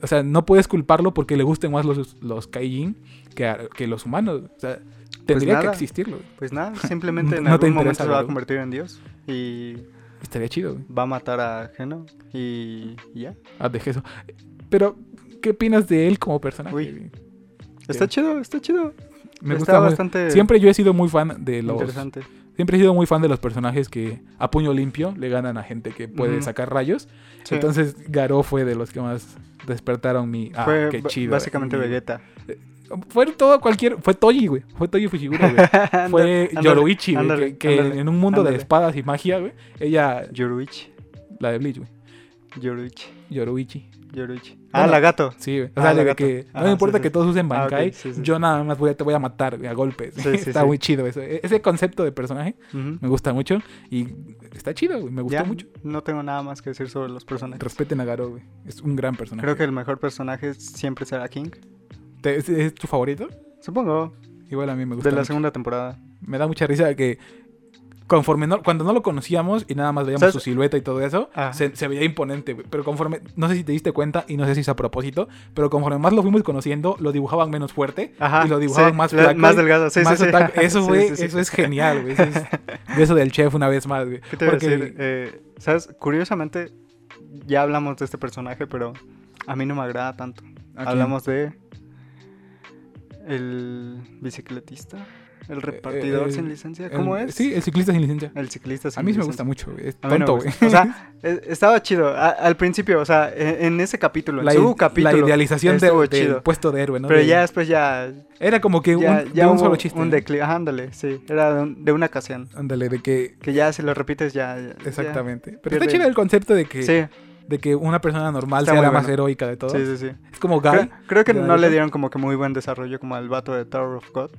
o sea, no puedes culparlo porque le gusten más los, los Kaijin que, a- que los humanos. O sea, Tendría que
Pues nada.
existirlo. güey.
Pues nada, simplemente en
No te
algún momento
interesa,
se va a
Garu.
convertir en Dios y
Estaría chido, güey.
va a matar a Geno y y ya.
Ah, dejé eso. Pero, ¿qué opinas de él como personaje?
Uy.
güey?
Está
Sí.
chido, está chido.
Me
está
gusta mucho.
bastante
Siempre yo he sido muy fan de los.
interesante.
Siempre he sido muy fan de los personajes que a puño limpio le ganan a gente que puede
Ujú.
sacar rayos.
Sí.
Entonces, Garó fue de los que más despertaron mi. Ah,
Fue
qué
ba-
chido. eh.
básicamente
mi-
Vegeta.
Fue todo cualquier. Fue Toji, güey. Fue Toji Fushiguro, güey.
Ándale,
Fue
ándale,
Yoruichi, güey,
ándale,
que, que
ándale.
en un mundo
ándale.
de espadas y magia, güey, ella,
Yoruichi,
la de Bleach, güey,
Yoruichi,
Yoruichi,
Yoruichi. Ah,
Bueno,
la gato.
sí, güey, o
Ah,
sea,
la
de
gata.
que no
Ah,
me importa
sí,
que
sí.
todos usen
Ah, ok,
Bankai,
sí, sí.
yo nada más voy a- te voy a matar güey, a golpes,
Sí, sí,
está
sí.
muy chido eso, E- ese concepto de personaje
Ujú.
me gusta mucho y está chido, güey, me gustó
Ya,
mucho,
no tengo nada más que decir sobre los personajes.
respeten a Garo, güey, es un gran personaje,
Creo que el mejor personaje siempre será King.
¿Te- es, es tu favorito?
Supongo,
Igual a mí me gusta,
de la
mucho.
segunda temporada.
me da mucha risa que... Conforme no- cuando no lo conocíamos y nada más veíamos
¿Sabes?
su silueta y todo eso,
Ajá.
se, se veía imponente, güey. Pero conforme, no sé si te diste cuenta y no sé si es a propósito, pero conforme más lo fuimos conociendo, lo dibujaban menos fuerte
Ajá.
y lo dibujaban
sí,
más
la-
flaco.
Más
y
delgado, sí,
más
sí, sí.
otaku. Eso,
Sí,
güey,
sí, sí.
eso es genial, güey. Eso es- beso del chef una vez más, güey.
¿Qué te iba a
Porque-
decir? Eh, ¿Sabes? Curiosamente, ya hablamos de este personaje, pero a mí no me agrada tanto.
¿a quién?
Hablamos de. El bicicletista. El repartidor
Eh, el-
sin licencia.
El-
¿Cómo es?
Sí, el ciclista sin licencia.
El ciclista sin
a mí sí me gusta
licencia.
mucho, güey. Es
A mí no
tonto,
me
güey.
gusta. O sea, eh, estaba chido. a- al principio, o sea, e, en, en ese capítulo, en
La,
su
i-
capítulo.
la idealización de-
estuvo
del
chido.
puesto de héroe, ¿no?
Pero
De-
ya después ya.
Era como que
ya,
un,
ya
de un
hubo
solo chiste.
Un
¿no?
declive. Ajá, Ándale, sí. Era de, un- de una ocasión.
Ándale, de que...
Que ya si lo repites, ya. ya- ya.
Exactamente. Pero está
Pierde-
chido el concepto de que...
Sí,
de que una persona normal
Está
sea
muy
la más
bueno.
heroica de todos.
sí, sí, sí.
Es como
Creo,
Guy.
creo que
de
no le
Naruto.
dieron como que muy buen desarrollo como al vato de Tower of God.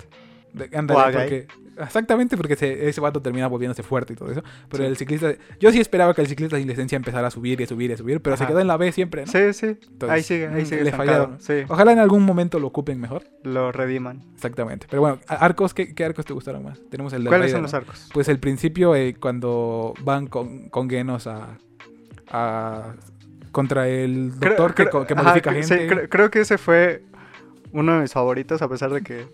de- ándale,
o a Guy.
porque- exactamente, porque se- ese vato termina volviéndose fuerte y todo eso. Pero
Sí.
el ciclista. Yo sí esperaba que el ciclista sin licencia empezara a subir y a subir y a subir, pero se
Ajá.
quedó en la B siempre, ¿no?
Sí, sí. ahí
Entonces,
sigue, ahí
mm,
sigue.
le
estancado.
fallaron.
Sí,
Ojalá en algún momento lo ocupen mejor.
lo rediman.
Exactamente. Pero bueno, a- arcos, ¿qué, qué arcos te gustaron más? Tenemos el de
¿Cuáles son los arcos?
Pues el principio, eh, cuando van con, con Genos a, a- contra el
Creo-
doctor que
creo-
co- que,
ajá,
modifica
cre- sí,
gente.
creo, creo que ese fue uno de mis favoritos, a pesar de que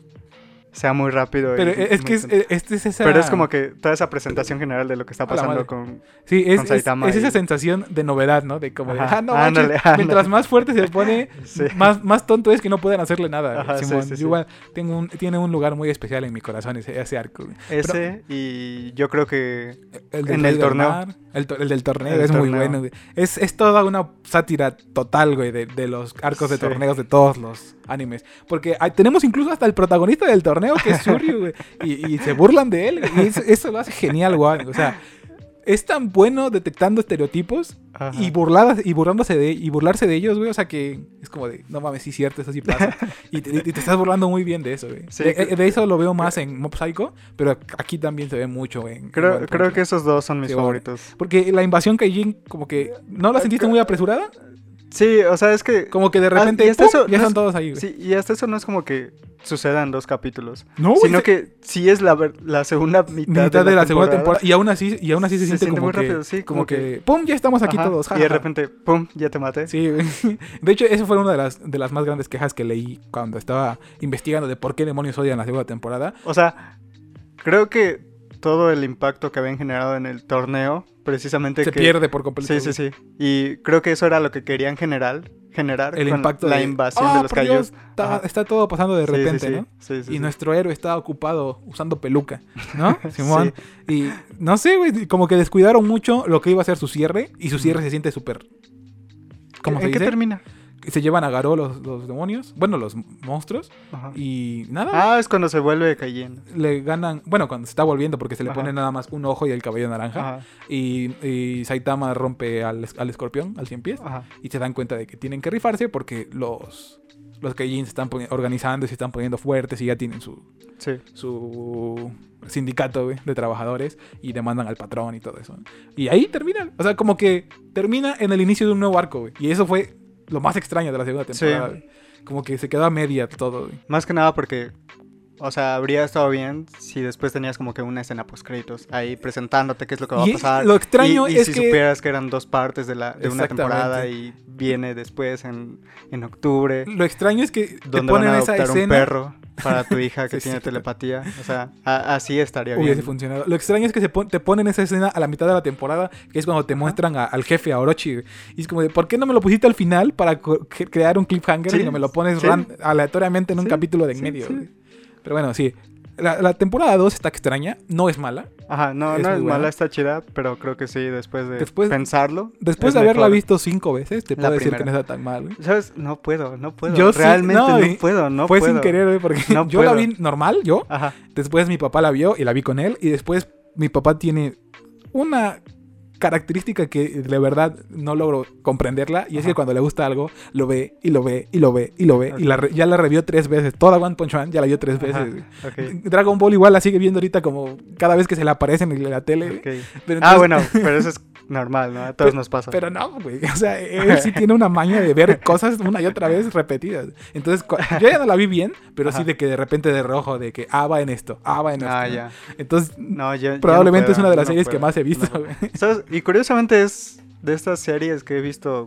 sea muy rápido. y
pero es es
muy
que es,
tonto.
este es esa.
Pero es como que toda esa presentación general de lo que está
A la madre.
pasando con...
Sí, es,
con
es-
Saitama
es
y-
esa sensación de novedad, ¿no? De como de,
Ajá,
ah, no,
ándale,
manches,
ándale.
mientras más fuerte se pone,
Sí.
más, más tonto es que no puedan hacerle nada.
Ajá, sí,
Simón.
sí,
Yo
sí.
igual tengo un, tiene un lugar muy especial en mi corazón ese, ese arco. güey.
Ese y yo creo que...
El
En
Rey
el
del
torneo.
Mar, el, to- el del torneo
El
es muy
torneo.
bueno. güey. Es, es toda una sátira total, güey, de, de los arcos de
Sí.
torneos de todos los animes. Porque ahí tenemos incluso hasta el protagonista del torneo, que es Shuryu, güey. Y, y se burlan de él. güey, Y eso, eso lo hace genial, güey. O sea, es tan bueno detectando estereotipos
Ajá.
y burladas y burlándose de y burlarse de ellos, güey, o sea que es como de, no mames, sí es cierto, eso sí pasa. y, te, y te estás burlando muy bien de eso, güey.
Sí,
de,
cre-
de eso lo veo más en Mob Psycho, pero aquí también se ve mucho en en
Creo,
One
creo
Punch
que
Man.
esos dos son mis
Sí, bueno.
favoritos.
porque la invasión Kaijin como que no la sentiste muy apresurada,
Sí, o sea, es que...
como que de
Ah,
repente
y hasta
¡pum!
eso
ya
no
están
es-
todos ahí, güey.
Sí, y hasta eso no es como que suceda en dos capítulos.
no, güey,
sino
se-
que sí es la, ver- la segunda mitad,
mitad de la, segunda temporada y aún así y aún así se,
Se
siente
siente
como
muy
que
rápido, sí,
como
como
que,
que-
pum, ya estamos aquí
Ajá,
todos.
Y de
jajaja.
repente, pum, ya te maté.
Sí, güey. de hecho, esa fue una de las, de las más grandes quejas que leí cuando estaba investigando de por qué demonios odian la segunda temporada.
O sea, creo que todo el impacto que habían generado en el torneo, precisamente
Se
que...
pierde por completo.
Sí, sí, sí. Y creo que eso era lo que querían generar, generar
El
con
impacto
la
de,
invasión
"Ah,
de los
por Dios,
cayos.
Está,
Ajá.
está todo pasando de
Sí, sí,
repente,
sí,
¿no?
Sí, sí,
y
sí.
nuestro héroe está ocupado usando peluca, ¿no? Simón. Y no sé, güey, como que descuidaron mucho lo que iba a ser su cierre y su cierre se siente súper... ¿Cómo se
¿En qué
dice?
termina?
Se llevan a Garó los, los demonios, bueno, los monstruos
Ajá.
y nada.
Ah, es cuando se vuelve cayendo.
Le ganan, bueno, cuando se está volviendo, porque se le
Ah. Ajá.
pone nada más un ojo y el cabello naranja.
Ajá,
Y, y Saitama rompe al, al escorpión, al cien pies,
ajá.
y se dan cuenta de que tienen que rifarse porque los, los Kaijin se están poni- organizando y se están poniendo fuertes y ya tienen su,
Sí.
su sindicato güey, de trabajadores y demandan al patrón y todo eso. ¿no? Y ahí terminan. O sea, como que termina en el inicio de un nuevo arco, güey. Y eso fue lo más extraño de la segunda temporada,
Sí.
güey. Como que se quedó a media todo, güey.
Más que nada porque, o sea, habría estado bien si después tenías como que una escena post créditos ahí presentándote qué es lo que va a
Y
pasar.
lo extraño
y, y
es
si
que-
supieras que eran dos partes de, la, de una
Exactamente.
temporada y viene después en, en octubre,
Lo extraño es que te
donde van
ponen
a
esa
adoptar un
escena.
perro para tu hija que
Sí,
tiene
cierto.
telepatía. O sea, a- así estaría bien.
Hubiese funcionado. Lo extraño es que se pon- te ponen esa escena a la mitad de la temporada, que es cuando te muestran a- al jefe, a Orochi. güey. Y es como de, ¿por qué no me lo pusiste al final para co- cre- crear un cliffhanger
Sí,
y no me lo pones
sí.
ran- aleatoriamente en un
Sí,
capítulo de en
sí,
medio?
sí.
güey? Pero bueno, sí. La, la temporada 2 está extraña, no es mala.
Ajá, no,
Es
no
muy
es
buena.
mala, está chida, pero creo que sí, después de
Después-
pensarlo.
Después
es
de haberla
mejor.
visto cinco veces, te
La
puedo decir que no
primera.
está tan mal. güey.
¿Sabes? No puedo, no puedo.
Yo sí-
Realmente
no,
no,
y-
puedo, no
Fue
puedo.
sin querer, güey, porque
No
yo la
puedo.
vi normal, yo.
Ajá.
Después mi papá la vio y la vi con él. Y después mi papá tiene una característica que de verdad no logro comprenderla. Y es
Ajá.
que cuando le gusta algo, lo ve y lo ve y lo ve y lo ve.
Ok.
Y la re- ya la revió tres veces. Toda One Punch Man ya la vio tres
Ajá,
veces.
ok,
Dragon Ball igual la sigue viendo ahorita como cada vez que se le aparece en la tele.
ok.
Pero
Ah,
entonces-
bueno, pero eso es normal, ¿no? A todos nos pasa.
Pero no, güey. O sea, él sí tiene una maña de ver cosas una y otra vez repetidas. Entonces, cu- yo ya no la vi bien, pero sí
Ajá.
de que de repente de rojo, de que ah, va en esto, ah, va en esto.
ah,
¿no?
ya.
Entonces,
No, yo- yo no
probablemente es
puedo,
una de las
no
series que
puedo,
más he
no
visto.
puedo.
güey.
¿Sabes? Y curiosamente es de estas series que he visto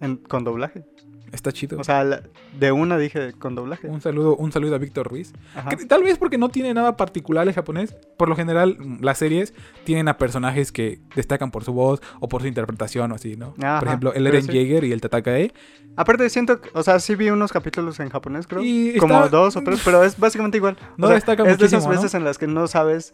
en- con doblaje.
Está chido.
O sea, la- de una dije con doblaje.
un saludo, un saludo a Víctor Ruiz.
Ajá.
Que tal vez porque no tiene nada particular el japonés. Por lo general, mm, las series tienen a personajes que destacan por su voz o por su interpretación o así, ¿no?
Ajá,
por ejemplo, el
pero
Eren
sí.
Jaeger y el Tatakae.
Aparte siento, que- o sea, sí vi unos capítulos en japonés, creo.
Y
como
está-
dos o tres, pero es básicamente igual. O
No
sea,
destaca
Es de esas
muchísimo, ¿no?
veces en las que no sabes,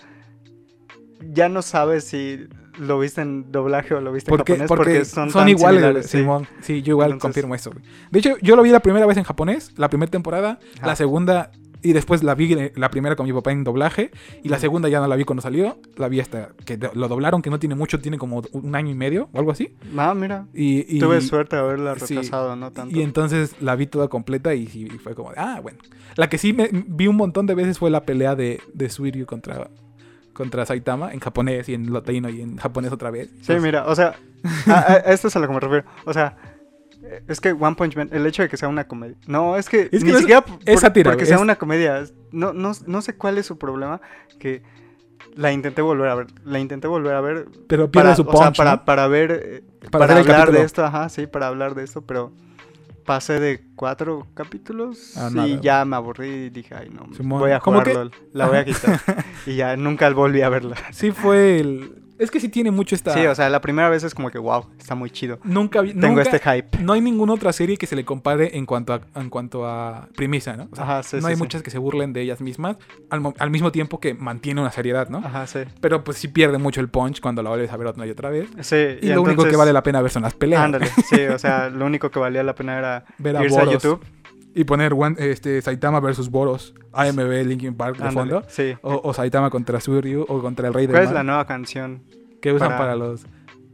ya no sabes si lo viste en doblaje o lo viste
Porque,
en japonés
porque son,
son, tan
iguales,
similares, sí.
Simón. Sí. yo igual
Entonces-
confirmo eso. güey. De hecho, yo lo vi la primera vez en japonés, la primera temporada,
Ajá.
la segunda, y después la vi eh, la primera con mi papá en doblaje, y la
Mm.
segunda ya no la vi cuando salió, la vi hasta que do- lo doblaron, que no tiene mucho, tiene como un año y medio o algo así.
Ah, mira.
Y, y-
Tuve suerte de haberla
sí.
retrasado, no tanto.
Y entonces la vi toda completa y, y fue como, de, ah, bueno. La que sí me, vi un montón de veces fue la pelea de, de Suiryu contra, contra Saitama en japonés y en latino y en japonés otra vez.
Sí,
Entonces,
mira, o sea, a, a- esto es a lo que me refiero. O sea, eh, es que One Punch Man, el hecho de que sea una comedia. No, es que,
Es que
ni
no es-
siquiera por-
es sátira,
porque
güey,
sea
es-
una comedia. No, no, no sé cuál es su problema, que la intenté volver a ver. La intenté volver a ver
Pero pierde
para,
su
o
punch,
sea,
¿no?
para, para ver, eh,
Para
para,
ver el
hablar
capítulo.
de esto, ajá, sí, para hablar de esto, pero pasé de cuatro capítulos
Ah,
y
nada.
ya me aburrí y dije, ay no,
Simón,
voy a
como
jugar
que-
LOL, la voy a quitar. y ya nunca volví a verla.
Sí fue el... Es que sí tiene mucho esta...
Sí, o sea, la primera vez es como que, wow, está muy chido.
nunca vi-
Tengo
nunca-
este hype.
No hay ninguna otra serie que se le compare en cuanto a, en cuanto a premisa, ¿no? O sea,
Ajá, sí,
no
sí,
hay
sí.
muchas que se burlen de ellas mismas al, mo- al mismo tiempo que mantiene una seriedad, ¿no?
Ajá, sí.
Pero pues sí pierde mucho el punch cuando la vuelves a ver otra y otra vez.
Sí,
Y, lo único que
entonces-
vale la pena ver son las peleas.
Ándale, sí, o sea, lo único que valía la pena era
Ver a
irse a
Boros
YouTube.
y poner one- este, Saitama versus Boros, AMB, Linkin Park de
ándale,
fondo. Oh,
Sí.
O, o Saitama contra Suryu o contra el Rey del
¿Cuál es la
Mar,
nueva canción?
que usan
para-
para los...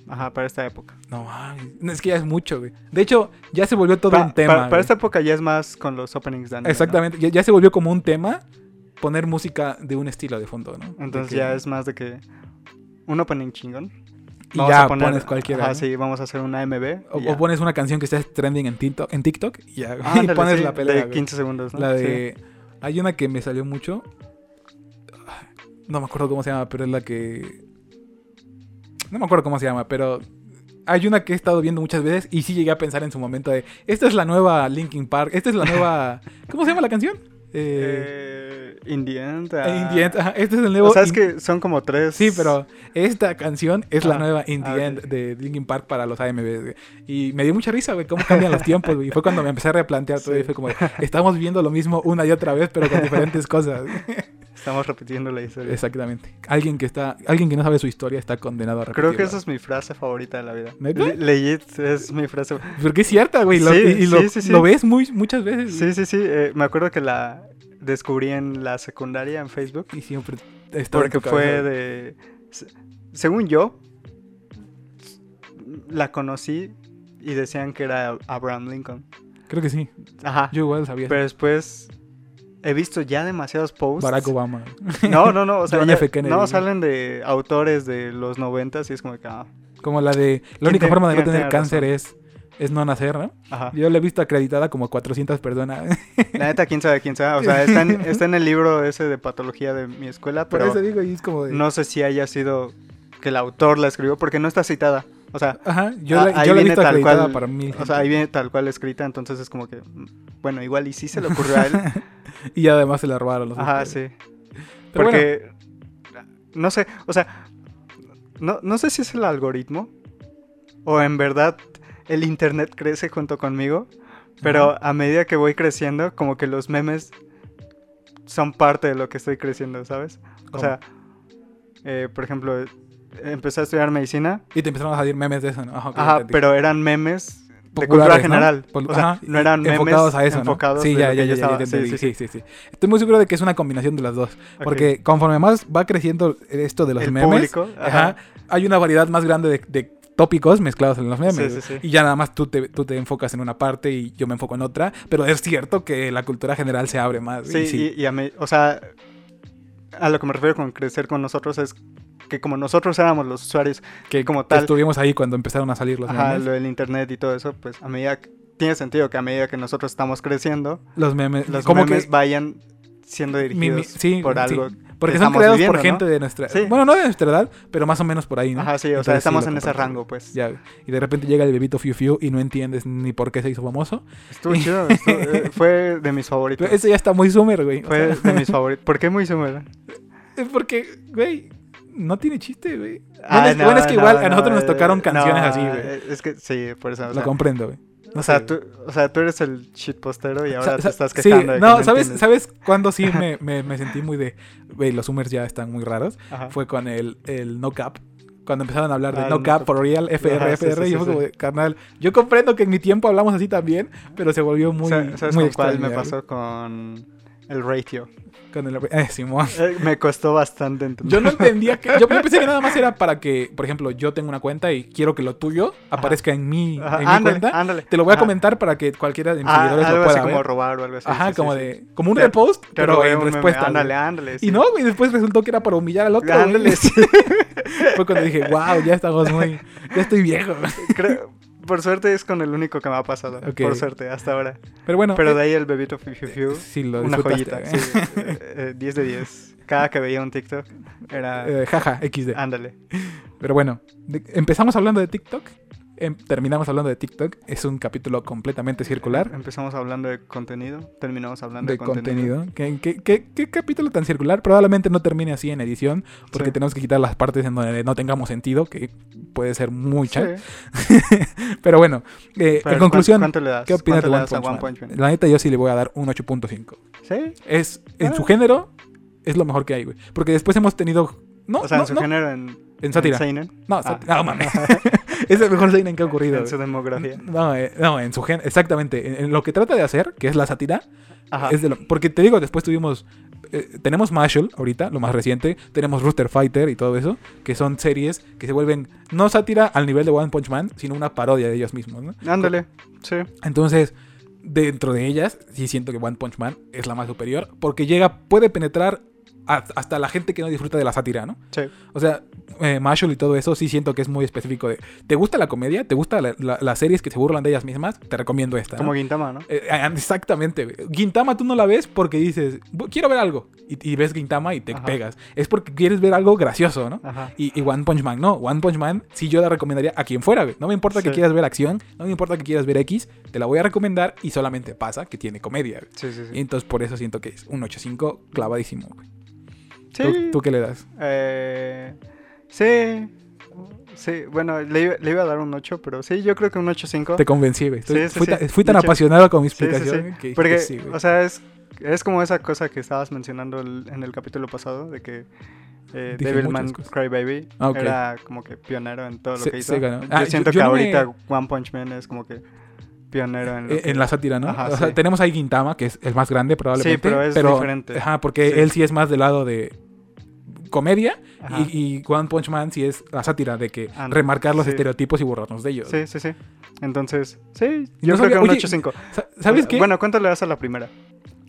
Ajá, para esta época.
No, mames, no, es que ya es mucho, güey. De hecho, ya se volvió todo
Pa-
un tema.
pa- para
güey.
esta época ya es más con los openings de anime, ¿no?
Exactamente, ya, ya se volvió como un tema poner música de un estilo de fondo, ¿no?
Entonces
De que-
ya es más de que un opening chingón.
Y
Vamos
ya
a poner-
pones cualquiera.
Ajá,
¿no?
sí, vamos a hacer una MB.
o,
y
o
ya.
pones una canción que esté trending en TikTok, en TikTok y ya, güey,
Ándale,
y pones
sí,
la pelea.
De
güey.
15 segundos, ¿no?
La
Sí.
de. Hay una que me salió mucho. No me acuerdo cómo se llama, pero es la que. No me acuerdo cómo se llama, pero. Hay una que he estado viendo muchas veces y sí llegué a pensar en su momento de. Esta es la nueva Linkin Park, esta es la nueva. ¿Cómo se llama la canción? Eh.
Eh, In the
In
end. ah.
the End, ajá, este es el nuevo.
O sea, es
In-
que son como tres.
Sí, pero esta canción es la
Ah,
nueva In the
ah, ok.
End de Linkin Park para los AMB. güey. Y me dio mucha risa, güey, cómo cambian los tiempos, güey. Y fue cuando me empecé a replantear todo
Sí.
y fue como, estamos viendo lo mismo una y otra vez, pero con diferentes cosas.
Estamos repitiendo la historia.
Exactamente. Alguien que está, alguien que no sabe su historia está condenado a repetirla.
Creo que esa es mi frase favorita de la vida.
¿Neta?
Le- Legit es mi frase.
Porque es cierta, güey. lo-
Sí,
y y lo,
sí, sí, sí.
lo ves muy, muchas veces. güey.
Sí, sí, sí. eh, me acuerdo que la descubrí en la secundaria en Facebook.
Y siempre está en
Porque
tu cabeza,
fue
güey.
de. se- Según yo, la conocí y decían que era Abraham Lincoln.
Creo que sí.
Ajá.
Yo igual sabía.
Pero después he visto ya demasiados posts.
Barack Obama.
No, no, no. O sea,
John
ya-
F. Kennedy,
no,
¿no?
salen de autores de los noventas y es como que. ah,
Como la de la
¿Quién
única
te-
forma de no
quién
tener
tenía
cáncer es es no nacer, ¿no?
Ajá.
Yo la he visto acreditada como 400 personas.
La neta, quién sabe, quién sabe. O sea, está en, está en el libro ese de patología de mi escuela,
Por
pero
eso digo, y es como de...
no sé si haya sido que el autor la escribió, porque no está citada. O sea,
Ajá, yo,
Ah,
la,
ahí
yo la he
viene
visto
tal
acreditada
cual,
para mil.
o sea, ahí viene tal cual escrita, entonces es como que, mm, bueno, igual y sí se le ocurrió a él.
Y además se la robaron los
Ajá,
otros.
sí.
Pero bueno,
Porque, no sé, o sea, no, no sé si es el algoritmo o en verdad el internet crece junto conmigo, pero a medida que voy creciendo, como que los memes son parte de lo que estoy creciendo, ¿sabes? O
¿cómo?
sea, eh, por ejemplo, eh, empecé a estudiar medicina,
y te empezaron a salir memes de eso, ¿no? Ajá, ok,
ajá,
entendí.
pero eran memes de
Populares,
cultura
¿no?
general.
Pol-
O sea,
ajá,
no eran memes
enfocados a eso, ¿no?
enfocados
Sí,
de
ya,
lo
ya,
que
ya, ya,
yo estaba-
ya
sí,
entendí.
sí,
Sí, sí, sí. Estoy muy seguro de que es una combinación de las dos.
ok.
Porque conforme más va creciendo esto de los
el
memes,
público,
ajá,
ajá,
hay una variedad más grande de, de tópicos mezclados en los memes.
Sí, sí, sí.
Y ya nada más tú te, tú te enfocas en una parte y yo me enfoco en otra. Pero es cierto que la cultura general se abre más.
Sí,
y sí.
Y, y a mí, o sea, a lo que me refiero con crecer con nosotros es que como nosotros éramos los usuarios,
que
como
que
tal-
Estuvimos ahí cuando empezaron a salir los
ajá,
memes.
lo del internet y todo eso, pues a medida que- tiene sentido que a medida que nosotros estamos creciendo,
Los memes.
los
como
memes
que.
vayan siendo
mi- mi-
dirigidos
sí,
por
sí,
algo.
Porque son
estamos
creados
viviendo,
por
¿no?
gente de nuestra.
Sí.
Bueno, no de nuestra edad, pero más o menos por ahí, ¿no?
Ajá, sí, o
Entonces,
sea, estamos
lo
en ese
comparto.
rango, pues.
Ya, y de repente llega el bebito Fiu Fiu y no entiendes ni por qué se hizo famoso.
Estuvo chido, estuvo- eh, fue de mis favoritos.
Pero eso ya está muy sumer, güey. O
Fue
sea,
de mis favoritos. ¿Por qué muy similar?
es porque, güey, no tiene chiste, güey. Bueno,
Ah,
es, bueno, es que
no,
igual a
no,
nosotros nos
eh,
tocaron
no,
canciones así, güey.
eh, Es que sí, por eso. O
Lo
sea,
comprendo, güey.
o, sea,
sé,
tú, o sea, tú eres el shitpostero y
güey.
ahora
Sa-
te
sa-
estás
sí,
quejando. de que
no, ¿sabes,
entiendes.
¿sabes cuándo sí me, me, me sentí muy de, güey, los Summers ya están muy raros?
Ajá.
Fue con el, el No Cap. Cuando empezaron a hablar de
Ah, el
No
No
Cap
Cap.
for Real, FR,
Ajá, sí,
FR,
sí,
y
sí,
yo como,
sí.
de, carnal, yo comprendo que en mi tiempo hablamos así también, pero se volvió muy,
Sa- ¿Sabes
muy
con cuál
extraño, güey.
me pasó con el ratio?
Con el- eh, Simón.
Eh, me costó bastante entender.
Yo no entendía que. Yo, yo pensé que nada más era para que, por ejemplo, yo tengo una cuenta y quiero que lo tuyo aparezca en mi,
Ajá,
en mi
ándale,
cuenta.
ándale.
Te lo voy a
Ajá.
comentar para que cualquiera de mis
Ah,
seguidores
algo
lo
así
pueda
como
ver.
robar o algo así.
Ajá,
sí, sí,
como
sí.
de. Como un
Te-
repost,
Te
pero
robé
en
un meme,
respuesta.
Ándale,
güey.
ándale.
Y
sí.
no, güey, después resultó que era para humillar al otro. güey.
Ándale, sí.
Fue cuando dije, wow, ya estamos muy. Ya estoy viejo.
Creo- por suerte es con el único que me ha pasado.
Ok.
Por suerte, hasta ahora.
Pero bueno.
Pero
eh,
de ahí el bebito fiu, fiu, fiu,
sí, lo
una
disfrutaste,
joyita.
eh.
sí, eh, eh, 10 de 10. Cada que veía un TikTok era.
Eh, jaja, XD.
Ándale.
Pero bueno, de- empezamos hablando de TikTok. em- terminamos hablando de TikTok. Es un capítulo completamente circular.
Empezamos hablando de contenido, terminamos hablando de,
de contenido. ¿Qué, qué, qué- qué capítulo tan circular? Probablemente no termine así en edición, porque
Sí.
tenemos que quitar las partes en donde no tengamos sentido, que puede ser mucha.
Sí.
Pero bueno, eh,
Pero,
en
¿cuán-
conclusión,
¿cuánto le das?
¿qué opinas
¿Cuánto
de
le
One
das a
Punch,
One
Man?
Punch Man?
La neta, yo sí le voy a dar un 8.5.
¿Sí?
Es, en
Ah.
su género, es lo mejor que hay, güey. Porque después hemos tenido. No,
o sea,
no,
en su
no,
género, en,
en sátira.
en seinen,
No, sat- no, mames. es el mejor seinen que ha ocurrido.
Ah. en su
güey.
demografía.
No, eh, no, en su género, exactamente. En, en lo que trata de hacer, que es la sátira,
Ajá.
Es de lo- porque te digo, después tuvimos. eh, tenemos Mashal ahorita, lo más reciente. Tenemos Rooster Fighter y todo eso. Que son series que se vuelven no sátira al nivel de One Punch Man, sino una parodia de ellos mismos. ¿no?
Ándale, sí.
Entonces, dentro de ellas, sí siento que One Punch Man es la más superior. Porque llega, puede penetrar a- hasta la gente que no disfruta de la sátira, ¿no?
Sí.
O sea, eh, Mashal y todo eso sí siento que es muy específico. De, ¿Te gusta la comedia? ¿Te gustan las series que se burlan de ellas mismas? Te recomiendo esta. ¿no?
Como Guintama, ¿no?
Eh, ah, exactamente, güey. Gintama tú no la ves porque dices, "Bu- quiero ver algo. Y, y ves Gintama y te
Ajá.
pegas. Es porque quieres ver algo gracioso, ¿no?
Ajá.
Y, y One Punch Man, no. One Punch Man, sí yo la recomendaría a quien fuera, güey. No me importa que
Sí.
quieras ver acción, no me importa que quieras ver X, te la voy a recomendar y solamente pasa que tiene comedia, güey.
Sí, sí, sí.
Y entonces por eso siento que es un 8.5 clavadísimo, güey.
Sí.
¿Tú, tú qué le das?
Eh, sí. Sí, bueno, le, iba- le iba a dar un 8, pero sí, yo creo que un 8.5.
Te convencí, güey. Estoy-
Sí, sí,
fui,
sí.
ta- fui tan
De hecho-
apasionado con mi
Sí, sí,
explicación
sí.
que- que
Porque,
sí, güey.
o sea, es, es como esa cosa que estabas mencionando el- en el capítulo pasado de que eh,
Dije
Devilman
muchas cosas.
Crybaby
Ah, ok.
era como que pionero en todo lo
Se-
que hizo.
se ganó.
Yo
Ah, yo-
siento
yo
que
no me-
ahorita One Punch Man es como que pionero en lo
Eh,
que-
En la sátira, ¿no?
Ajá,
o sea,
sí.
tenemos ahí Gintama, que es el más grande probablemente.
Sí, pero es diferente.
Ajá, porque
Sí.
él sí es más del lado de comedia
Ajá.
y, y One Punch Man sí es la sátira de que
Ah,
remarcar los
sí.
estereotipos y burlarnos de ellos.
Sí, sí, sí. Entonces, sí,
Y
yo
no
creo
sabía-
que un
oye,
8.5.
Sa- ¿Sabes qué?
Bueno, ¿cuánto le das a la primera?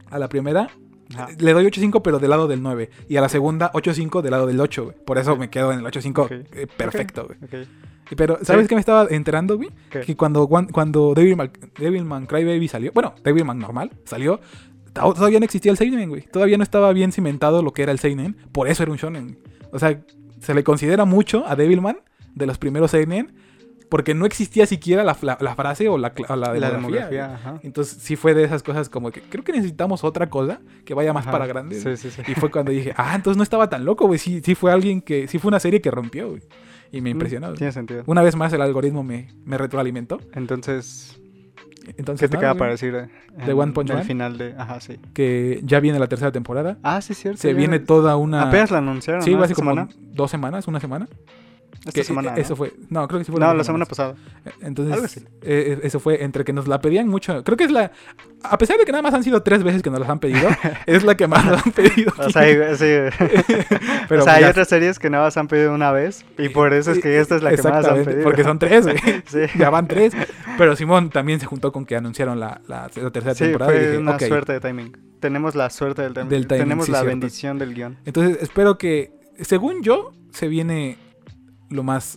a la primera
Ajá.
le doy 8.5 pero del lado del 9 y a la segunda 8.5 del lado del 8, güey. Por eso me quedo en el 8.5
Ok.
eh, perfecto, güey.
Ok.
Pero, ¿sabes qué me estaba enterando, güey?
¿Qué?
Que cuando, Wan- cuando Devilman, Devilman Crybaby salió, bueno, Devilman normal salió, to- todavía no existía el Seinen, güey. Todavía no estaba bien cimentado lo que era el Seinen, por eso era un Shonen. O sea, se le considera mucho a Devilman de los primeros Seinen, porque no existía siquiera la, fla- la frase o la, cla- o la demografía.
la
güey.
demografía, ajá.
Entonces sí fue de esas cosas como que creo que necesitamos otra cosa que vaya más
Ajá,
para grandes.
Sí, sí, sí.
Y fue cuando dije, ah, entonces no estaba tan loco, güey. Sí, sí fue alguien que, sí fue una serie que rompió, güey. Y me impresionó. güey.
Tiene sentido.
Una vez más el algoritmo me, me retroalimentó.
Entonces,
Entonces,
¿qué te
Pues nada,
queda
güey,
para decir? eh,
¿De
en-
One Punch
del
Man?
final de. Ajá, sí.
que ya viene la tercera temporada.
Ah, sí, cierto.
Se
ya-
viene toda una...
Apenas la anunciaron.
sí,
¿no?
va a
Esta
ser como
semana.
dos semanas, una semana.
Esta
Que, eh,
semana. ¿no?
Eso fue... No, creo que sí fue
No, la
dos
semana
semanas.
pasada.
Entonces,
Algo así.
eh, eso fue entre que nos la pedían mucho. Creo que es la... A pesar de que nada más han sido tres veces que nos las han pedido, es la que más nos han pedido.
O sea, hay- sí.
Pero
o sea, hay
ya-
otras series que nada más han pedido una vez y por eso es que esta es la que más han
Exactamente,
pedido.
Porque son tres, güey.
Sí,
ya van tres. Pero Simón también se juntó con que anunciaron la, la- la tercera
Sí,
temporada. y
fue
dije,
una
"Ok".
suerte de timing. Tenemos la suerte del timing.
Del timing,
Tenemos
sí,
la
cierto.
bendición del guión.
Entonces, espero que, según yo, se viene lo más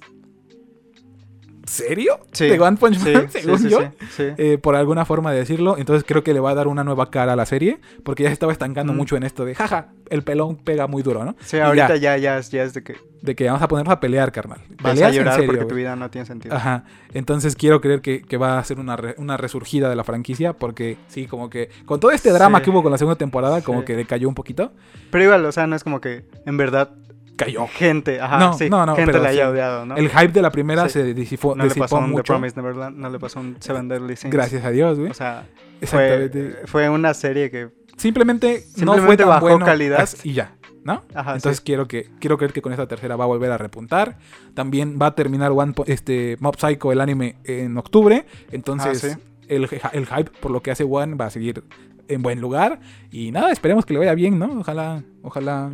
serio
Sí,
de One Punch Man, según
sí,
yo.
sí, sí.
eh, por alguna forma de decirlo, entonces creo que le va a dar una nueva cara a la serie, porque ya se estaba estancando
Mm.
mucho en esto de jaja, el pelón pega muy duro, ¿no?
Sí,
Y
ahorita
ya,
ya, ya, es- ya es de que
de que vamos a ponernos a pelear, carnal.
vas
Peleas
a
en
llorar
serio, Ah.
porque
güey.
tu vida no tiene sentido.
Ajá. Entonces quiero creer que, que va a ser una, re- una resurgida de la franquicia. Porque sí, como que con todo este drama
Sí.
que hubo con la segunda temporada, como
Sí.
que decayó un poquito.
Pero igual, o sea, no es como que en verdad
Cayó.
gente, ajá,
No,
sí,
no, no,
gente
pero
la haya
sí.
odiado, ¿no?
El hype de la primera
Sí.
se disipó,
no le
disipó
pasó un The
mucho.
Promise Neverland, no le pasó un Seven Deadly Sins.
Gracias a Dios, güey.
O sea,
Exactamente.
Pues, fue, fue una serie que
simplemente, no fue
simplemente
tan
bajó
bueno
calidad.
as- y ya, ¿no?
Ajá,
Entonces
sí.
quiero que quiero creer que con esta tercera va a volver a repuntar. También va a terminar One Po- este Mob Psycho el anime en octubre, entonces
Ah, sí.
el, el hype por lo que hace One va a seguir en buen lugar y nada, esperemos que le vaya bien, ¿no? Ojalá ojalá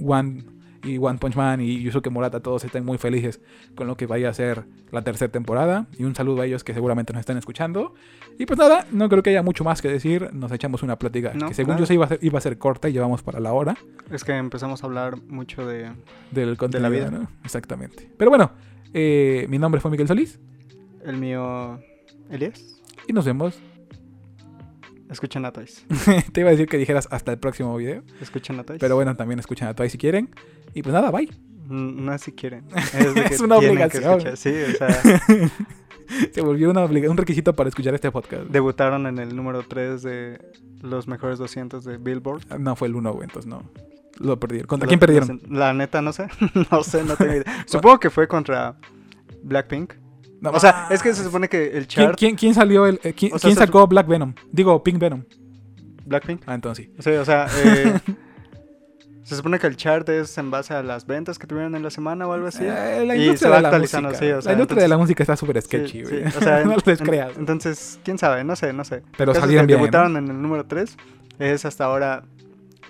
One y One Punch Man y Yusuke Murata todos estén muy felices con lo que vaya a ser la tercera temporada y un saludo a ellos que seguramente nos están escuchando. Y pues nada, no creo que haya mucho más que decir, nos echamos una plática
No,
que según
claro.
yo se iba a ser, iba a ser corta y llevamos para la hora
es que empezamos a hablar mucho de
del
De
contenido,
la
de
vida.
Exactamente. Pero bueno, eh, mi nombre fue Miguel Solís
el mío Elías.
y nos vemos.
Escuchen a Toys.
Te iba a decir que dijeras hasta el próximo video,
Escuchen a Toys.
pero bueno, también escuchan a Toy si quieren. Y pues nada, bye.
Mm, No es si quieren.
Es una
tienen que
obligación.
escuchar. Sí, o sea,
Se volvió una obliga- un requisito para escuchar este podcast.
debutaron en el número 3 de los mejores 200 de Billboard.
No fue el uno, güey, entonces no. Lo perdieron. ¿Contra
Lo-
quién perdieron?
La neta, no sé. No sé, no tengo idea. Supongo que fue contra Blackpink.
No
o sea,
más.
es que se supone que el
Ah. ¿Quién,
chart.
quién, quién salió el. eh, quién,
O sea,
quién
se-
sacó Black Venom? Digo, Pink Venom.
Blackpink.
Ah, entonces sí.
Sí, o sea, eh, se supone que el chart es en base a las ventas que tuvieron en la semana o algo así.
Eh, la
Y
industria
se va
de la música.
actualizando, sí, o sea,
la industria de
entonces-
la música está súper
Sí,
sketchy,
sí,
güey.
o sea,
eh. no
en-
los
en-
creas.
Entonces, quién sabe, no sé, no sé.
Pero
Caso es
salieron
que
bien. ¿no?
Debutaron en el número 3. Es hasta ahora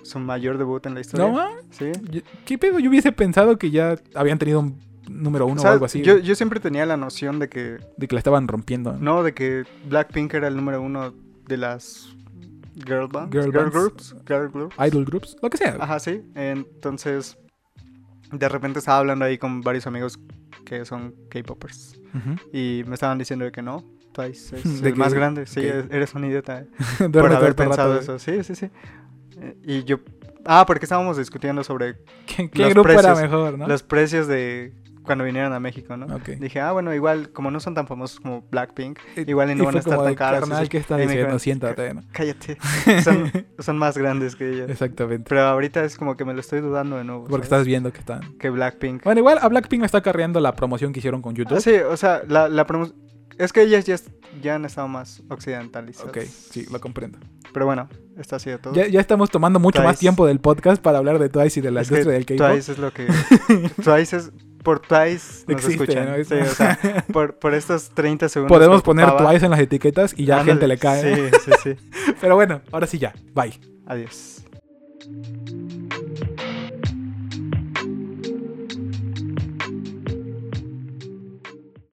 su mayor debut en la historia.
No, ma,
Sí.
yo- ¿Qué pedo? Yo hubiese pensado que ya habían tenido un número uno
O sea,
o algo así.
Yo, yo siempre tenía la noción de que
De que la estaban rompiendo.
No, de que Blackpink era el número uno de las girl bands.
Girl
Girl,
bands.
groups. Girl groups.
Idol groups, lo que sea. güey.
Ajá, sí. Entonces, de repente estaba hablando ahí con varios amigos que son K-popers.
Ujú.
Y me estaban diciendo de que no. Twice es
De
el
que-
más grande. Sí,
ok.
es- eres un idiota. eh,
Duerme
por
todo
haber
el rato,
pensado
güey.
eso. Sí, sí, sí. Eh, Y yo. Ah, porque estábamos discutiendo sobre
¿Qué, qué
Los
grupo era
precios.
mejor, no?
los precios de cuando vinieron a México, ¿no?
Ah. Ok.
Dije, ah, bueno, igual, como no son tan famosos como Blackpink,
Eh,
igual y no van
fue
a estar
como
tan
de,
caros.
"Carnal,
Entonces,
¿qué estás
ahí me
diciendo?
dijeron,
Siéntate, ¿no?
Cállate. Son, son más grandes que ellos.
Exactamente.
Pero ahorita es como que me lo estoy dudando de nuevo.
Porque
¿sabes?
estás viendo que están.
Que Blackpink.
Bueno, igual a Blackpink me está carreando la promoción que hicieron con YouTube.
Ah, sí, o sea, la, la promo- Es que ellas ya, es- ya han estado más occidentalizadas.
Ok, sí, lo comprendo.
Pero bueno, esto ha sido todo.
Ya, ya estamos tomando mucho más
Twice.
tiempo del podcast para hablar de Twice y de la
Es que
industria del K-pop.
Twice es lo que. Twice es. Por Twice nos
Existe,
escuchan.
¿no? Es-
Sí, o sea, por, por estos 30 segundos.
Podemos
que
poner
ocupaba-
Twice en las etiquetas y ya a
Ándale,
gente le cae.
Sí, sí, sí.
Pero bueno, ahora sí ya. Bye.
Adiós.